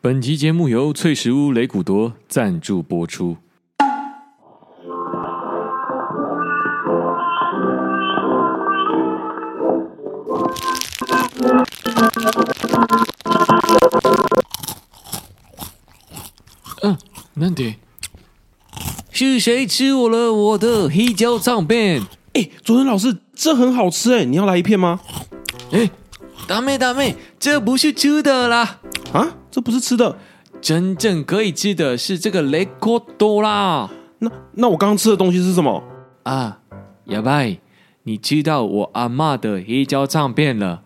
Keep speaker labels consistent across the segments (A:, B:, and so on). A: 本集节目由翠石屋雷古多赞助播出。嗯，难得是谁吃我了我的黑椒藏片？
B: 哎、佐藤老师，这很好吃哎，你要来一片吗？
A: 哎，大妹大妹，这不是吃的啦，
B: 啊，这不是吃的，
A: 真正可以吃的是这个雷古多啦。
B: 那那我刚刚吃的东西是什么？
A: 啊，哑巴，你知道我阿嬷的黑胶唱片了。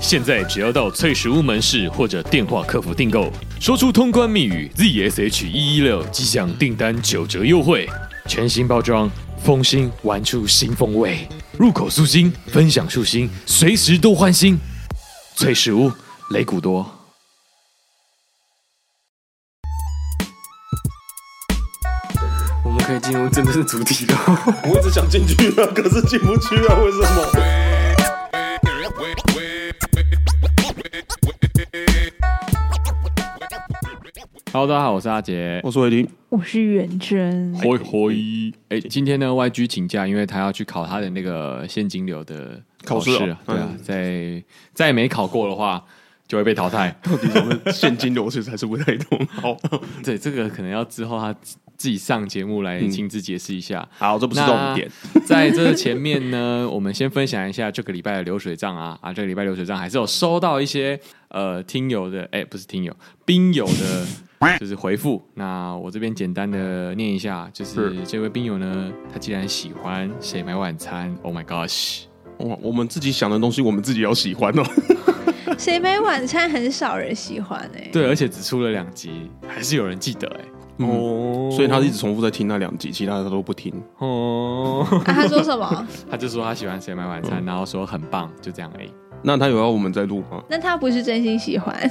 A: 现在只要到翠食屋门市或者电话客服订购，说出通关密语 ZSH 一一六，即享订单九折优惠。全新包装，丰心玩出新风味，入口舒心，分享舒心，随时都欢心。翠食屋，雷古多。
C: 我们可以进入真的是主题了。
B: 我一直想进去啊，可是进不去啊，为什么？
A: Hello，大家好，我是阿杰。
B: 我说一定，
D: 我是元真，
A: 嘿嘿，哎，今天呢，YG 请假，因为他要去考他的那个现金流的试
B: 考试
A: 啊
B: 哦，
A: 对啊
B: 嗯，
A: 在再没考过的话就会被淘汰。
B: 现金流其实还是不太懂。好，
A: 对，这个可能要之后他自己上节目
B: 嗯
A: 来亲自解释一下。
B: 好，这不是重点。
A: 那 在这前面呢，我们先分享一下这个礼拜的流水账啊啊，这个礼拜流水账还是有收到一些呃听友的，哎、不是听友，兵友的，就是回复。那我这边简单的念一下，就是这位兵友呢，他竟然喜欢谁买晚餐，Oh my gosh！
B: 哇，我们自己想的东西，我们自己要喜欢哦。
D: 谁没晚餐很少人喜欢哎、
A: 对，而且只出了两集，还是有人记得哎、哦，
B: 嗯所以他一直重复在听那两集，其他的他都不听。
A: 哦，嗯
D: 啊，他说什么？
A: 他就说他喜欢谁买晚餐，然后说很棒，就这样而已。
B: 那他有要我们再录吗？
D: 那他不是真心喜 欢，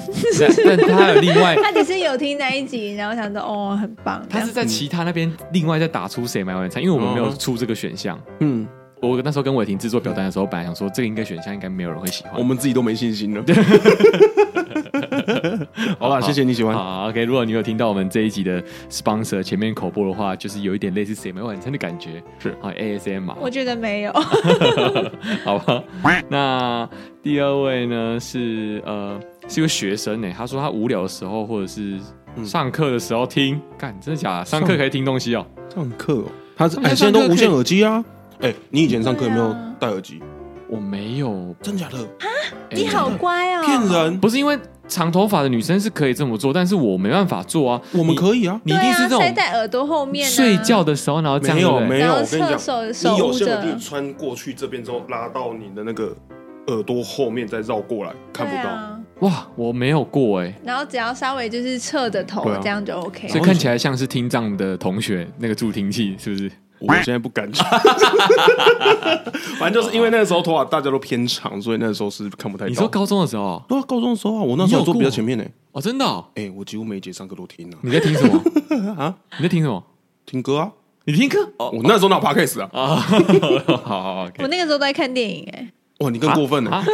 A: 但但他还有另外
D: 他只是有听那一集，然后想到哦，很棒。
A: 他
B: 嗯
A: 是在其他那边另外再打出谁买晚餐，因为我们没有出这个选项。
B: 嗯，
A: 我那时候跟伟霆制作表单的时候，本来想说这个应该选项应该没有人会喜欢。
B: 我们自己都没信心 了。好啦，谢谢你喜欢。
A: 好啊 OK，如果你有听到我们这一集的 sponsor 前面口播的话，就是有一点类似谁买晚餐的感觉，啊
B: 是
A: 好 ASM 嘛，
D: 我觉得没有，
B: 哎
A: 好吧。 那第二位呢是呃是一个学生呢、他说他无聊的时候或者是
B: 嗯
A: 上课的时候听，干真的假的？上课可以听东西哦、
B: 上课哦，他是
A: 他们
B: 哎，
A: 在
B: 现在
A: 上课可以
B: 都无线耳机啊。哎，你以前上课有没有
D: 对啊
B: 戴耳机？
A: 我没有，欸
B: 真假的？
D: 你好乖哦，
B: 骗！人！啊
A: 不是因为长头发的女生是可以这么做，但是我没办法做啊。
B: 我们可以啊，
A: 你，你一定是这
D: 对啊，塞
A: 种
D: 在耳朵后面、啊，
A: 睡觉的时候，然后这样
B: 没有
A: 对不对
B: 没
D: 然
B: 有，
D: 后
B: 我跟你
D: 侧
B: 讲，
D: 手
B: 你
D: 手
B: 有
D: 捂
B: 些人就是
D: 着，
B: 穿过去这边之后，拉到你的那个耳朵后面，再绕过来，看不
D: 对
B: 到。
D: 啊。
A: 哇，我没有过哎、
D: 然后只要稍微就是侧着头
B: 对啊，
D: 这样就 OK
A: 所。以看起来像是听障的同学那个助听器是不是？
B: 我现在不敢 讲，反正就是因为那个时候头发大家都偏长，所以那个时候是看不太到。
A: 你说高中的时候
B: 对啊，高中的时候啊，我那时候坐比较前面呢。
A: 哦，真的、哦？
B: 哎，我几乎每一节上课都听啊，
A: 你在听什 么？你在听什么？
B: 啊听歌啊。
A: 你听歌？ 哦
B: 我那时候哪有 podcast 啊？
A: 啊，好好好
D: 我
A: ，OK，
D: 那个时候都在看电影哎、
B: 哇，你更过分
A: 啊
B: 了！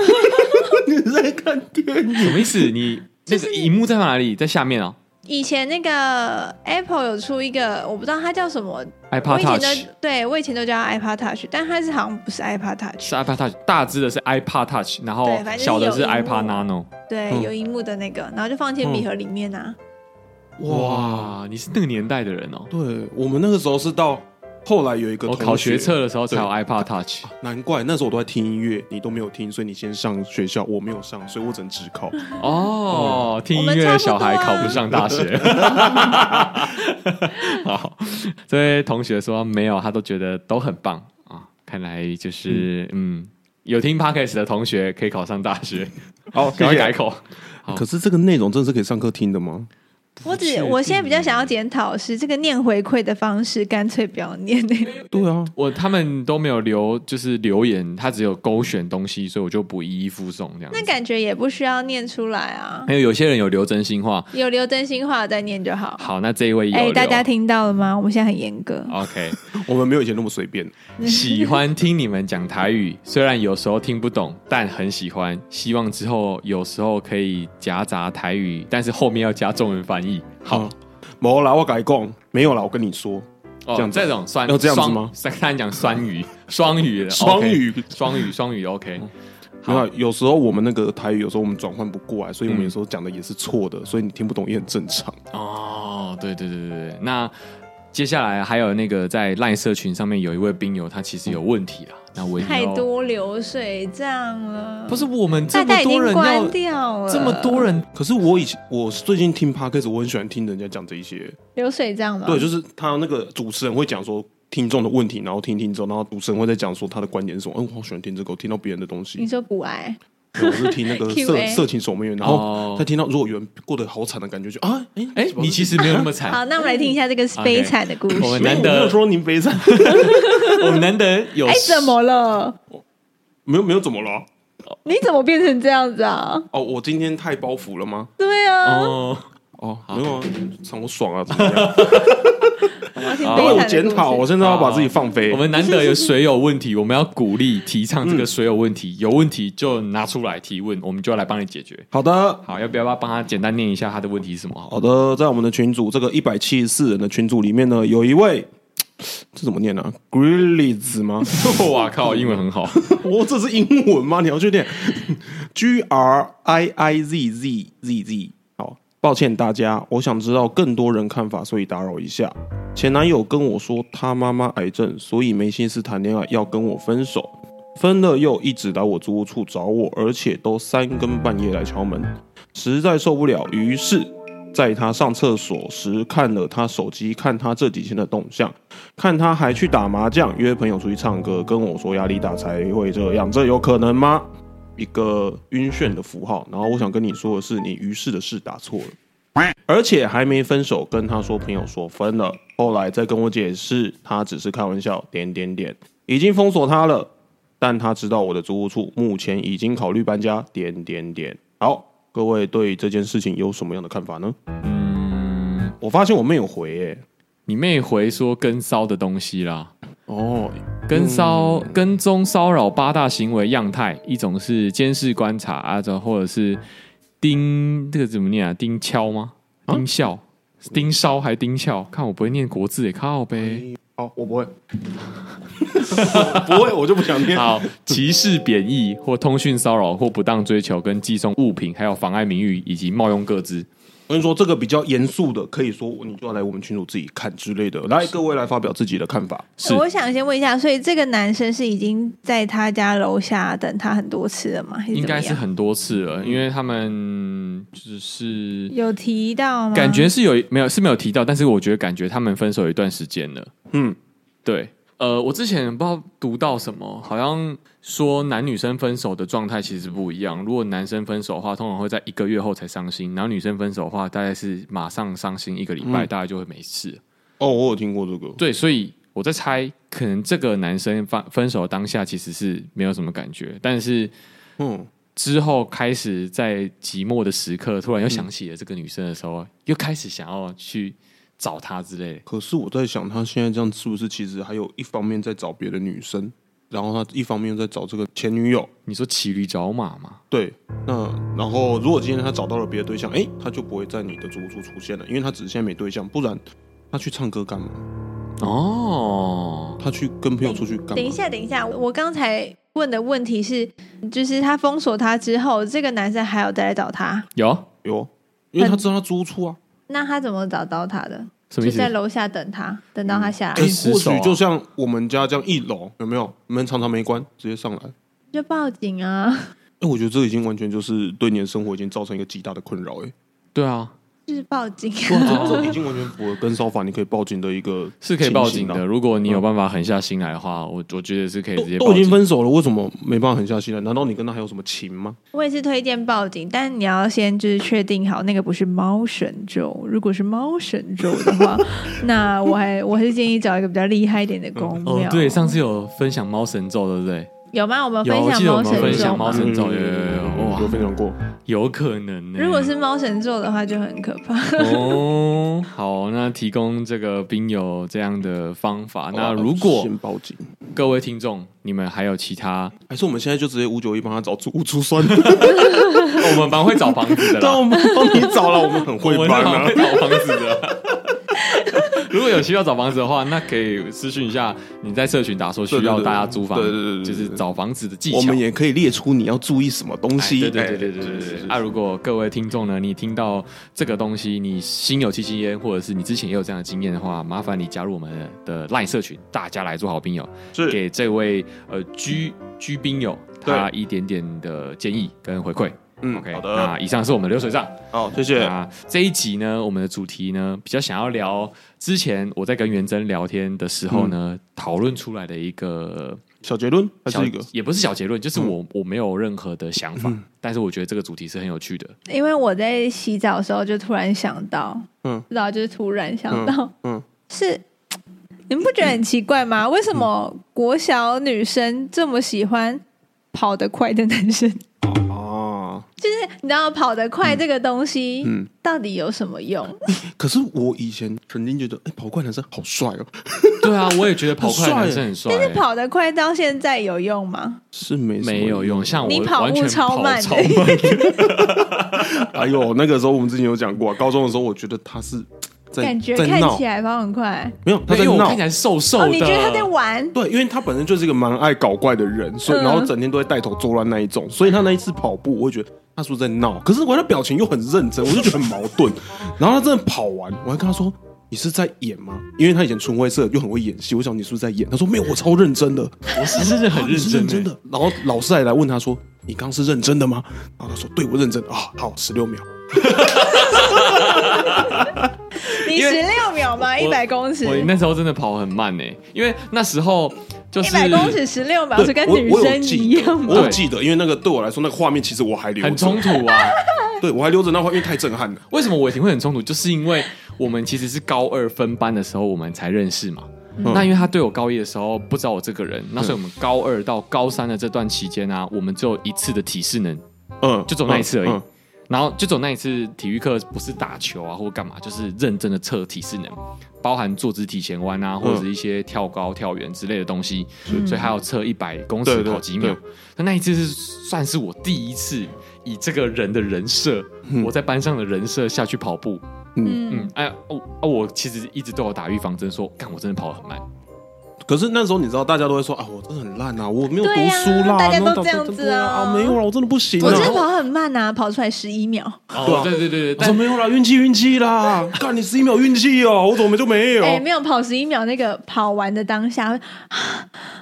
B: 你在看电影？
A: 什么意思？ 你那个荧幕在哪里？在下面哦
D: 以前那个 Apple 有出一个，我不知道它叫什么，我
A: ，iPad
D: 以前
A: Touch
D: 都对我以前都叫它 iPad Touch，但它是好像不是 iPad Touch，
A: 是啊 iPad Touch，大只的是 iPad Touch，然后
D: 对反正
A: 小的是
D: 有荧
A: iPad
D: 幕
A: Nano。
D: 对，
B: 嗯
D: 有荧幕的那个，然后就放铅笔盒里面啊。
A: 嗯
B: 哇，
A: 哇，你是那个年代的人哦。
B: 对我们那个时候是到后来有一个
A: 我
B: 同
A: 哦考学测的时候才有
B: 对
A: iPad Touch。
B: 难怪那时候我都在听音乐，你都没有听，所以你先上学校，我没有上，所以我只能只 考。
A: 哦，听音
D: 我们
A: 乐
D: 差
A: 的
D: 不多
A: 小
D: 啊
A: 孩考不上大学。 好，这位同学说没有，他都觉得都很棒啊。看来就是嗯有听 podcast 的同学可以 考上大学，
B: 好，
A: 赶快改口。
B: 可是这个内容真的是可以上课听的吗？
A: 不
D: 我
B: 确
D: 只
B: 定
D: 我现在比较想要检讨的是这个念回馈的方式，干脆不要念、
B: 对啊，
A: 我他们都没有留，就是留言，他只有勾选东西，所以我就不一一附送这样子。
D: 那感觉也不需要念出来啊，
A: 还有有些人有留真心话，
D: 有留真心话再念就好。
A: 好，那这一位有哦
D: 哎、
A: 留
D: 大家听到了吗？我们现在很严格。
A: OK，
B: 我们没有以前那么随便。
A: 喜欢听你们讲台语，虽然有时候听不懂，但很喜欢。希望之后有时候可以夹杂台语，但是后面要加中文翻译。好
B: 嗯，没啦，我改供没有啦，我跟你说，
A: 哦
B: 这样子
A: 这种酸
B: 要这样子吗
A: 双刚才讲酸语， 双语了，
B: 双语
A: 啊
B: 嗯
A: OK，双语，双语，OK。
B: 没有啦，有时候我们那个台语，有时候我们转换不过来，所以我
A: 嗯
B: 们有时候讲的也是错的，所以你听不懂也很正常。
A: 哦，对对对对对，那接下来还有那个在赖社群上面有一位兵友，他其实有问题啊，那我一定
D: 太
A: 要
D: 多流水账了，
A: 不是我们这
D: 大家
A: 么
D: 已
A: 多
D: 经
A: 人
D: 关
A: 要
D: 掉了，
A: 这么多人
B: 可是我以前我最近听 podcast，我很喜欢听人家讲这一些，
D: 流水账吗？
B: 对，就是他那个主持人会讲说听众的问题，然后听一听之后，然后主持人会再讲说他的观点是什么。嗯，我好喜欢听这个，我听到别人的东西
D: 你。说古癌，
B: 对我是听那个色
D: Q&A
B: 色情守门员，然
A: 哦
B: 后他听到如果有人过得好惨的感觉，就啊，哎
A: 哎，你其实没有那么惨，
D: 好，那我们来听一下这个悲惨的故事。
A: 我们
B: 没有
A: 难
B: 我没有
A: 得
B: 说您 悲惨，
A: 我们难得有
D: 哎、怎么了？
B: 没有没有怎么了？
D: 你怎么变成这样子啊？
B: 哦，我今天太包袱了吗？
D: 对啊，
A: 哦，
B: 哦，没有啊，唱 我爽啊，怎么样？
D: 我要听
A: 好
B: 因为
D: 悲
B: 我
D: 惨的
B: 检
D: 故事。
B: 讨，我现在要把自己放飞。
A: 我们难得有水友问题，我们要鼓励提倡这个水友问题，有问题就拿出来提问，我们就要来帮你解决。
B: 好的，
A: 好，要不要帮他简单念一下他的问题是什么？好，
B: 好的，在我们的群组这个一百七十四人的群组里面呢，有一位这怎么念呢、啊、？Grillies 吗？
A: 哇靠，英文很好，
B: 哦，这是英文吗？你要去念 G R I I Z Z Z Z。好，抱歉大家，我想知道更多人看法，所以打扰一下。前男友跟我说他妈妈癌症，所以没心思谈恋爱，要跟我分手。分了又一直来我租屋处找我，而且都三更半夜来敲门，实在受不了，于是。在他上厕所时，看了他手机，看他这几天的动向，看他还去打麻将，约朋友出去唱歌，跟我说压力大才会这样，这有可能吗？一个晕眩的符号。然后我想跟你说的是，你于是的事打错了，而且还没分手，跟他说朋友说分了，后来再跟我解释，他只是开玩笑，点点点，已经封锁他了，但他知道我的租屋处目前已经考虑搬家，点点点。好，各位对这件事情有什么样的看法呢？嗯，我发现我没有回耶、
A: 你妹回说跟骚的东西啦。
B: 哦，
A: 跟骚、跟踪骚扰八大行为样态，一种是监视观察啊，这或者是盯这个怎么念啊？盯敲吗？盯笑、盯梢还盯笑？看我不会念国字也靠呗。
B: 好，哦我不会， 不会，我就不想念。
A: 好，歧视、贬义或通讯骚扰或不当追求跟寄送物品，还有妨碍名誉以及冒用各自。
B: 我跟你说，这个比较严肃的，可以说你就要来我们群主自己看之类的。来，各位来发表自己的看法。
A: 是
D: 哎我想先问一下，所以这个男生是已经在他家楼下等他很多次了吗？还
A: 应该是
D: 怎么样
A: 很多次了，因为他们只是
D: 有提到吗？
A: 感觉是有没有是没有提到，但是我觉得感觉他们分手有一段时间了。
B: 嗯，
A: 对，呃，我之前不知道读到什么，好像说男女生分手的状态其实不一样。如果男生分手的话，通常会在一个月后才伤心；然后女生分手的话，大概是马上伤心一个礼拜，大概就会没事。
B: 哦，我有听过这个。
A: 对，所以我在猜，可能这个男生分分手当下其实是没有什么感觉，但是
B: 嗯，
A: 之后开始在寂寞的时刻，突然又想起了这个女生的时候，又开始想要去找她之类的。
B: 可是我在想，他现在这样是不是其实还有一方面在找别的女生，然后他一方面在找这个前女友。
A: 你说骑驴找马嘛？
B: 对，那然后如果今天他找到了别的对象，哎、他就不会在你的租屋处出现了，因为他只是现在没对象，不然他去唱歌干嘛？
A: 哦，
B: 他去跟朋友出去干嘛？
D: 等一下，等一下，我刚才问的问题是，就是他封锁他之后，这个男生还有再来找他，
A: 有
B: 有啊，因为他知道他租屋处啊。
D: 那他怎么找到他的？
A: 什么
D: 就
A: 意思？
D: 在楼下等他，等到他下来，
A: 嗯
B: 哎、
A: 就死
B: 或
A: 守啊
B: 许就像我们家这样一楼，有没有门常常没关，直接上来。
D: 就报警啊！
B: 哎、我觉得这已经完全就是对你的生活已经造成一个极大的困扰、哎，
A: 对啊，
D: 就是报警。
B: 哇，这已经完全符合跟骚法你可以报警的一个
A: 是可以报警
B: 情形
A: 的。
B: 了。
A: 如果你有办法狠下心来的话，我我觉得是可以直接
B: 都
A: 报
B: 已经
A: 警。
B: 分手了，为什么没办法狠下心来？难道你跟他还有什么情吗？
D: 我也是推荐报警，但你要先就是确定好那个不是猫神咒。如果是猫神咒的话，那我还我还是建议找一个比较厉害一点的公
A: 哦
D: 庙。，
A: 对，上次有分享猫神咒，对不对？
D: 有吗？我们分
A: 有我
D: 享
A: 记得我
D: 猫
A: 们分
D: 神咒
A: 享猫
D: 吗？
A: 神咒，
B: 嗯
A: 有有有有哇
B: 有，分享过。
A: 有可能呢。
D: 如果是猫神咒的话，就很可怕。
A: 哦， 好，那提供这个冰友这样的方法。那如果
B: 先报警，
A: 各位听众你们还有其他，
B: 还是我们现在就直接五九一帮他找出屋出酸？
A: 我们蛮会找房子 的
B: 但我
A: 啦，
B: 们帮你找了，我们很
A: 我
B: 会
A: 们
B: 帮
A: 蛮
B: 啊
A: 会。找房子的。 如果有需要找房子的话，那可以私讯一下，你在社群打说需要大家租房，
B: 对对对对对对
A: 就是找房子的技巧。
B: 我们也可以列出你要注意什么东
A: 哎
B: 西。
A: 对对对对
B: 哎
A: 对对
B: 是
A: 对
B: 是
A: 对。
B: 是
A: 啊，如果各位听众呢，你听到这个东西，你心有戚戚焉，或者是你之前也有这样的经验的话，麻烦你加入我们的 LINE 社群，大家来做好兵友，
B: 是
A: 给这位呃居居兵友他一点点的建议跟回馈。
B: 嗯
A: OK，
B: 好
A: 那
B: 的，
A: 以上是我们流水账。
B: 好，哦谢谢。
A: 那这一集呢，我们的主题呢，比较想要聊之前我在跟元真聊天的时候呢，讨论出来的一个
B: 小结论还
A: 小
B: 是一个，
A: 也不嗯是小嗯结论，就是我、我没有任何的想法，但是我觉得这个主题是很有趣的。
D: 因为我在洗澡的时候就突然想到，
B: 嗯
D: 嗯，不知道就是突然想到，
B: 嗯嗯
D: 是你们不觉得很奇怪吗？为什么国小女生这么喜欢跑得快的男生？
B: 啊。
D: 你知道跑得快这个东西，
B: 嗯嗯
D: 到底有什么用？
B: 可是我以前曾经觉得，哎，跑快男生好帅哦，
A: 对啊，我也觉得跑快的男生很帅、
D: 但是
A: 欸。
D: 跑得快到现在有用吗？
B: 是没什么
A: 没有用，像我
D: 你跑
A: 完全
D: 步超
A: 跑
D: 慢
A: 超 慢
B: 哎呦，那个时候我们之前有讲 过啊，高中的时候我觉得他是在
D: 感觉
B: 在
D: 看
B: 闹
D: 起，来跑很快
B: 没有他
A: 因
B: 在
A: 为我
B: 闹
A: 看起。来瘦瘦的。
D: 哦，你觉得他在玩？
B: 对，因为他本身就是一个蛮爱搞怪的人，所以
D: 嗯
B: 然后整天都在带头作乱那一种，所以他那一次跑步，我会觉得他是不是在闹？可是我的表情又很认 真，我就觉得很矛盾。然后他真的跑完，我还跟他说：“你是在演吗？”因为他以前纯灰色又很会演戏，我想你是不是在演？他说：“没有，我超认真的。”
A: 我是真的 很
B: 你
A: 认
B: 是
A: 真、欸，
B: 认真的。然后老师还来问他说：“你刚是认真的吗？”然后他说：“对，我认真的啊。”好，十六秒。
D: 你
A: 因
D: 十
A: 为
D: 六秒吗？一
A: 我
D: 百公尺，
A: 我
D: 一
A: 那时候真的跑很慢呢、欸，因为那时候就是
D: 百公尺十六秒
B: 对
D: 是跟
B: 我
D: 女
B: 我有
D: 生
B: 记
D: 一
B: 得
D: 样
B: 我
D: 吗？
B: 有记得，因为那个对我来说，那个画面其实我还留着，
A: 很冲突啊。
B: 对我还留着那画面，因为太震撼了。
A: 为什么伟霆会很冲突？就是因为我们其实是高二分班的时候我们才认识嘛。
D: 嗯
A: 那因为他对我高一的时候不知道我这个人，那所以我们高二到高三的这段期间啊，我们只有一次的体适能，
B: 嗯，
A: 就走那一次而已
B: 嗯
A: 然后就走那一次体育课，不是打球啊或干嘛，就是认真的测体适能，包含坐姿体前弯
B: 嗯
A: 啊，或者是一些跳高、跳远之类的东西，所以还有测一百公尺
B: 对对
A: 跑几秒
B: 对。
A: 那那一次是算是我第一次以这个人的人设，
B: 嗯
A: 我在班上的人设下去跑步。
D: 嗯，
A: 嗯，哎呀，我啊，我其实一直都有打预防针，说干我真的跑得很慢。
B: 可是那时候你知道，大家都会说啊，我真的很烂啊，我没有读
D: 对啊
B: 书啦，
D: 大家都
B: 那导
D: 这样子啊
B: 对啊，没有啦，我真的不行
D: 我真的
B: 啊。
D: 跑很慢呐、跑出来十一秒。
A: 哦，对对对对，
B: 我说
A: 但
B: 没有啦，运气运气啦， 干你十一秒运气哦，我怎么就没有？
D: 哎、没有跑十一秒，那个跑完的当下， 啊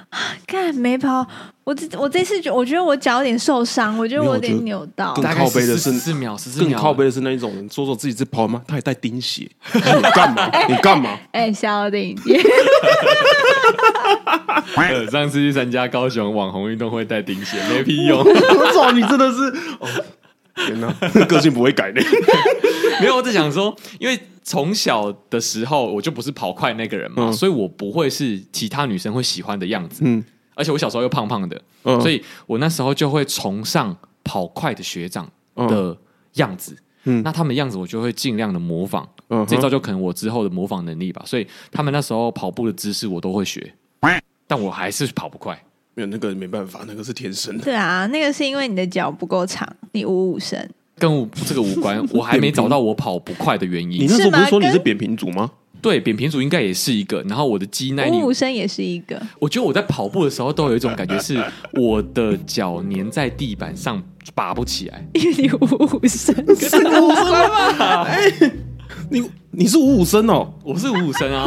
D: 啊干没跑。我这我这次觉我觉得我脚有点受伤，我觉得
B: 没有
D: 我
B: 我
D: 有
B: 觉
D: 点
B: 得
D: 扭到。
B: 更
A: 大概
B: 靠背的是
A: 四秒，十四
B: 更
A: 秒，啊
B: 靠背的是那一种人，说说自己是跑吗？他还带钉鞋， 哎你干嘛？你干嘛？
D: 哎、小鼎，姐，
A: 呃，上次去参加高雄网红运动会带钉鞋，没屁用。
B: 我操，你真的是，哦、天 哪，个性不会改的。
A: 没有，我只想说，因为从小的时候我就不是跑快那个人嘛，
B: 嗯
A: 所以我不会是其他女生会喜欢的样子。
B: 嗯
A: 而且我小时候又胖胖的，
B: 嗯
A: 所以我那时候就会崇尚跑快的学长的样子。
B: 嗯
A: 那他们的样子我就会尽量的模仿，
B: 嗯哼
A: 这造就可能我之后的模仿能力吧。所以他们那时候跑步的姿势我都会学，但我还是跑不快。
B: 没有那个没办法，那个是天生的。
D: 对啊，那个是因为你的脚不够长，你五五身。
A: 跟我这个无 关，我还没找到我跑不快的原
B: 你
A: 因。
B: 那时候不是说你
D: 是
B: 是
D: 吗
B: 扁平足吗？
A: 对，扁平足应该也是一个，然后我的肌耐力
B: 哦
D: 五五身也是一个，
A: 我觉得我在跑步的时候都有一种感觉，是我的脚粘在地板上拔不起来。
D: 因为你五五身。
B: 是五五身吗？ 哎，你你是五五身哦？
A: 我是五五身啊，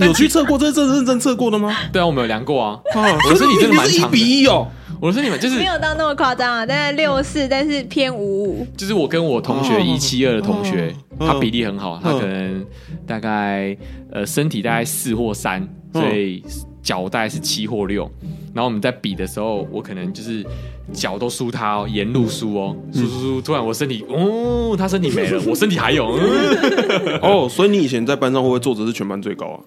B: 你有去测过？这这认真测过的吗？
A: 对啊，我们有量过啊。
B: 啊，
A: 我的身体真的蛮
B: 你是一
A: 长的
B: 比一哦。
A: 我说你们就是
D: 没有到那么夸张啊，大概六四，但是偏五五。
A: 就是我跟我同学
B: 哦
A: 一七二的同学，它
B: 嗯
A: 比例很好，它啊可能大概呃身体大概四或三，
B: 嗯
A: 所以脚大概是七或六。然后我们在比的时候，我可能就是脚都输他哦，沿路输哦，输输输，突然我身体哦，他身体没了，我身体还有，嗯
B: 哦，所以你以前在班上会不会坐着是全班最高啊？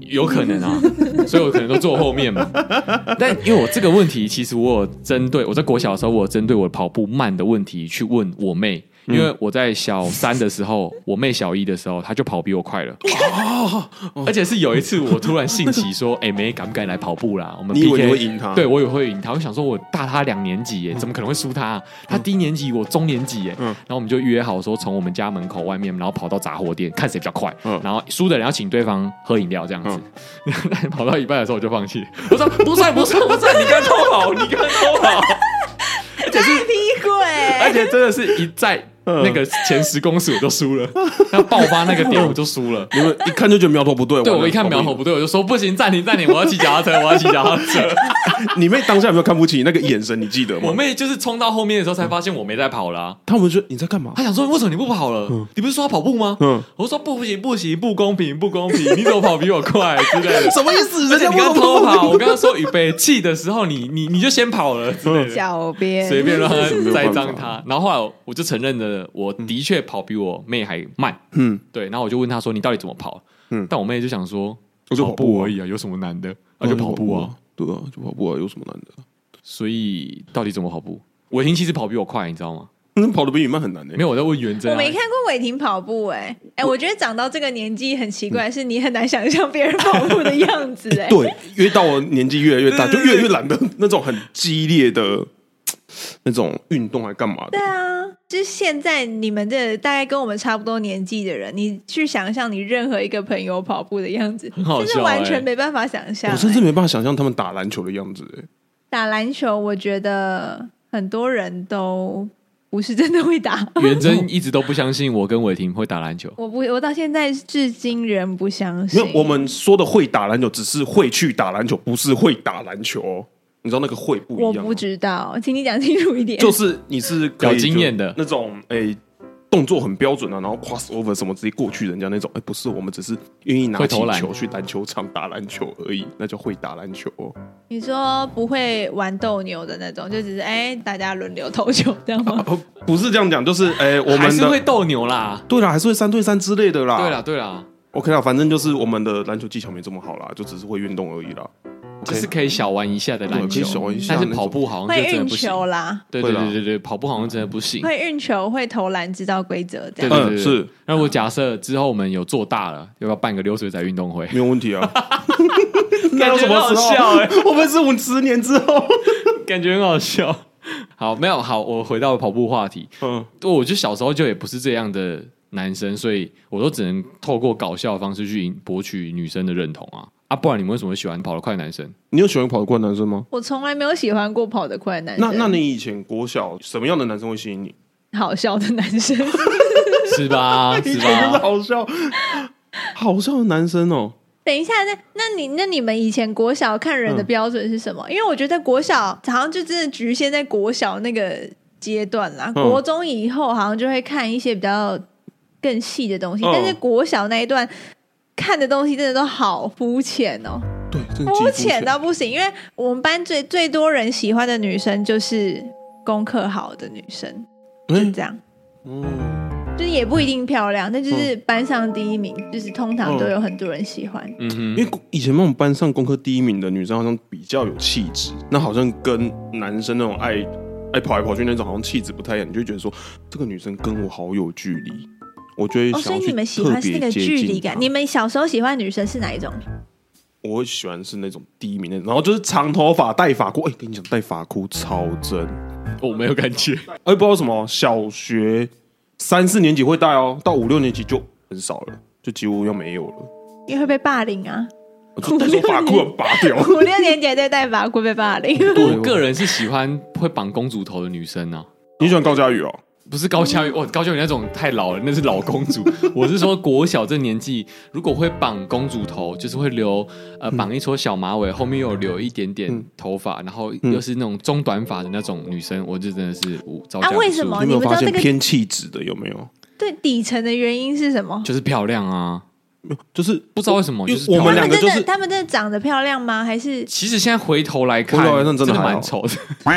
A: 有可能啊，所以我可能都坐后面嘛。 但因为我这个问题，其实我有针对我在国小的时候，我有针对我跑步慢的问题去问我妹，因为我在小三的时候，我妹小一的时候，她就跑比我 快了。
B: 哦
A: 而且是有一次，我突然兴起说：“哎、妹，敢不敢来跑步啦？”我们
B: 你以
A: PK,
B: 为你会赢她
A: 对我以为会赢她。我想说，我大她两年级耶，怎么可能会输她、啊？她低年级，我中年级耶。
B: 嗯
A: 然后我们就约好说，从我们家门口外面，然后跑到杂货店，看谁比较快。
B: 嗯
A: 然后输的人要请对方喝饮料，这样子。但 跑到一半的时候，我就放弃了。我说：“不算，不算，不算，你刚偷跑，你刚偷跑。”
D: 太劈
A: 而
D: 鬼！
A: 且真的是一在那个前十公尺我就输 了，那爆发那个点我就输 了。
B: 你们一看就觉得苗头不对。
A: 对
B: 完了
A: 我一看苗头，不对，我就说不行，暂停暂停，我要骑脚踏车，我要骑脚踏车。
B: 跑不赢你妹当下有没有看不起你那个眼神？你记得
A: 我
B: 吗？
A: 妹就是冲到后面的时候才发现我没在跑 啦、
B: 他们说你在干嘛？
A: 她想说为什么你不跑了？你不是说要跑步吗？
B: 嗯
A: 我说不行不行，不公平不公平，你怎么跑比我快之类 的。
B: 什么意思？
A: 而且你刚
B: 人家
A: 偷
B: 问我
A: 跑，我刚刚说预备气的时候，你你你就先跑了之
B: 嗯
A: 类的。
D: 狡辩，
A: 随便让他栽赃
B: 没有办
A: 他。然后后来我就承认了，我的确跑比我妹还慢。
B: 嗯
A: 嗯，对。然后我就问他说：“你到底怎么跑？”
B: 嗯
A: 嗯，但我妹就想说：“
B: 我就跑步啊
A: 而已啊，有什么难的？啊，
B: 那
A: 就跑步啊。。
B: 对啊，嗯就跑步啊，有什么难的？”
A: 所以到底怎么跑步？伟霆其实跑比我快，你知道吗？
B: 嗯跑得比你慢很难的、
A: 没有，我在问元真啊。
D: 我没看过伟霆跑步哎、哎、我觉得长到这个年纪很奇怪，是你很难想象别人跑步的样子 哎、
B: 对，啊越到我年纪越来越大，就
A: 对对
B: 越来越懒得那种很激烈的那种运动，还干嘛的
D: 对？啊，就是现在你们这大概跟我们差不多年纪的人，你去想象你任何一个朋友跑步的样子，
A: 好
D: 就是
A: 笑
D: 完
A: 欸
D: 全没办法想象、
B: 我甚至
D: 欸
B: 没办法想象他们打篮球的样子、欸。
D: 打篮球，我觉得很多人都不是真的会打。
A: 元真一直都不相信我跟伟霆会打篮球。
D: 我不，我到现在至今仍不相
B: 没
D: 信。
B: 有，我们说的会打篮球，只是会去打篮球，不是会打篮球哦。你知道那个会不一
D: 我
B: 样、
D: 不，知道，请你讲清楚一点。
B: 就是你是可以
A: 有经验的
B: 就那种，哎、动作很标准啊，然后 cross over 什么直接过去人家那种。哎、不是，我们只是愿意拿
A: 会
B: 起
A: 投篮
B: 球去篮球场打篮球而已，那叫会打篮球哦。
D: 你说不会玩斗牛的那种，就只是哎，大家轮流投球，这样吗？
B: 不，不是这样讲，就是哎、我
A: 还
B: 们
A: 是
B: 的啊
A: 会斗牛啦。
B: 对啦，还是会三对三之类的啦。
A: 对啦，对啦，
B: OK 啦，反正就是我们的篮球技巧没这么好啦，就只是会运动而已啦。
A: 就
B: OK，
A: 是可以小玩一下的篮
B: 对可以
A: 球
B: 小玩一下，
A: 但是
B: 那种
A: 跑步好像
D: 会
A: 就真的
D: 运
A: 不行。
D: 球啊啦，
A: 对对
B: 会啦
A: 对对对，跑步好像真的不行。
D: 会运球，会投篮，知道规则
A: 对
D: 这样。
A: 对对
B: 嗯
A: 对
B: 是
A: 那如果假设之后我们有做大了，要不要办个流水仔运动会？
B: 没有问题啊。那有什么
A: 感觉很好
B: 时候？
A: 笑欸
B: 我们是五十年之后。
A: 感觉很好笑。好，没有好，我回到跑步话题。
B: 嗯，
A: 我就小时候就也不是这样的男生，所以我都只能透过搞笑的方式去赢博取女生的认同啊啊！不然你们为什么喜欢跑得快的男 生？
B: 你有喜欢跑得快的男生吗？
D: 我从来没有喜欢过跑得快的男生，
B: 那
A: 呃
B: 那你以前国小什么样的男生会吸引你？
D: 好笑的男生，
A: 是 吧？
B: 以
A: 是
B: 前就
A: 吧？
B: 是好笑，好笑的男生哦。
D: 等一下，那那你那你们以前国小看人的
B: 嗯
D: 标准是什么？因为我觉得国小好像就真的局限在国小那个阶段啦，
B: 嗯
D: 国中以后好像就会看一些比较更细的东西，
B: 嗯
D: 但是国小那一段看的东西真的都好肤浅哦，
B: 对，真的极
D: 肤浅到不行。因为我们班最最多人喜欢的女生就是功课好的女生，就是
B: 哎，
D: 这样。
B: 嗯，
D: 就是也不一定漂亮，但就是班上第一名，就是通
B: 嗯
D: 常都有很多人喜欢。
A: 嗯
B: 因
A: 哼，
B: 为以前那种班上功课第一名的女生好像比较有气质，那好像跟男生那种爱爱跑来跑去那种好像气质不太一样，你就会觉得说这个女生跟我好有距离，我就会
D: 哦，
B: 想
D: 所
B: 要
D: 以
B: 去
D: 你们喜欢是那个
B: 特别接
D: 距
B: 近
D: 离感。
B: 她
D: 你们小时候喜欢的女生是哪一种？
B: 我会喜欢是那种第一名那种，然后就是长头发戴发箍，哎、跟你讲戴发箍超真，
A: 我没有感 觉。
B: 哎、不知道为什么，小学三四年级会戴哦，到五六年级就很少了，就几乎要没有了，
D: 因为会被霸凌啊！
B: 我就戴着发箍很拔 掉。
D: 五六年级还在带法会被霸凌。
B: 对
A: 我个人是喜欢会绑公主头的女生啊，
B: 你喜欢高佳宇哦？
A: 不是高佳宇，哇，高佳宇那种太老了，那是老公 主。我是说国小这年纪，如果会绑公主头，就是会留呃
B: 嗯
A: 绑一撮小马尾，后面又有留一点点头发，然后又
B: 嗯
A: 是那种中短发的那种女生，我就真的是无招架
D: 啊
A: 不住。
D: 为什么哦
B: 你有没有
D: 你不知道
B: 发现
D: 这个
B: 偏气质的有没有？
D: 对底层的原因是什么？
A: 就是漂亮啊，
B: 就是
A: 不知道为什么
B: 因
A: 就
B: 为
A: 是
B: 我
A: 漂
B: 们
A: 亮
D: 他
B: 两个
D: 真
B: 就
D: 的
B: 是，
D: 他们真的长得漂亮吗？还是？
A: 其实现在回头来看
B: 回头来，看真的
A: 的
B: 还好
A: 蛮丑的。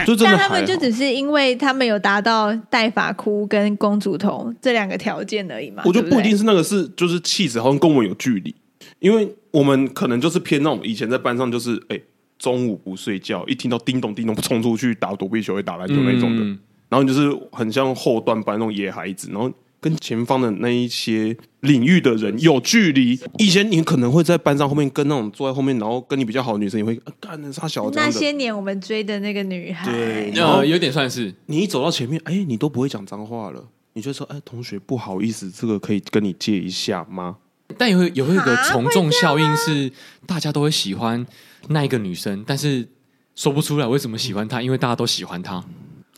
B: 就真
D: 啊但
B: 的
D: 他们
B: 还
D: 就
B: 好
D: 只是因为他们有达到戴发箍跟公主头这两个条件而已嘛？
B: 我觉得
D: 对不
B: 不一
D: 对
B: 定是那个是，就是气质好像跟我们有距离，因为我们可能就是偏那种以前在班上就是哎、中午不睡觉，一听到叮咚叮咚冲出去打躲避球会打篮球那种的，
A: 嗯
B: 然后你就是很像后段班那种野孩子，然后跟前方的那一些领域的人有距离。以前你可能会在班上后面跟那种坐在后面，然后跟你比较好的女生，你会啊干的傻小这
D: 那
B: 样的。
D: 些年我们追的那个女孩，
B: 对然后
A: 呃，有点算是
B: 你一走到前面，哎、你都不会讲脏话了，你就说哎、同学不好意思，这个可以跟你借一下吗？
A: 但也会有一个
D: 啊
A: 从众效应是，大家都会喜欢那一个女生，但是说不出来为什么喜欢她，因为大家都喜欢她。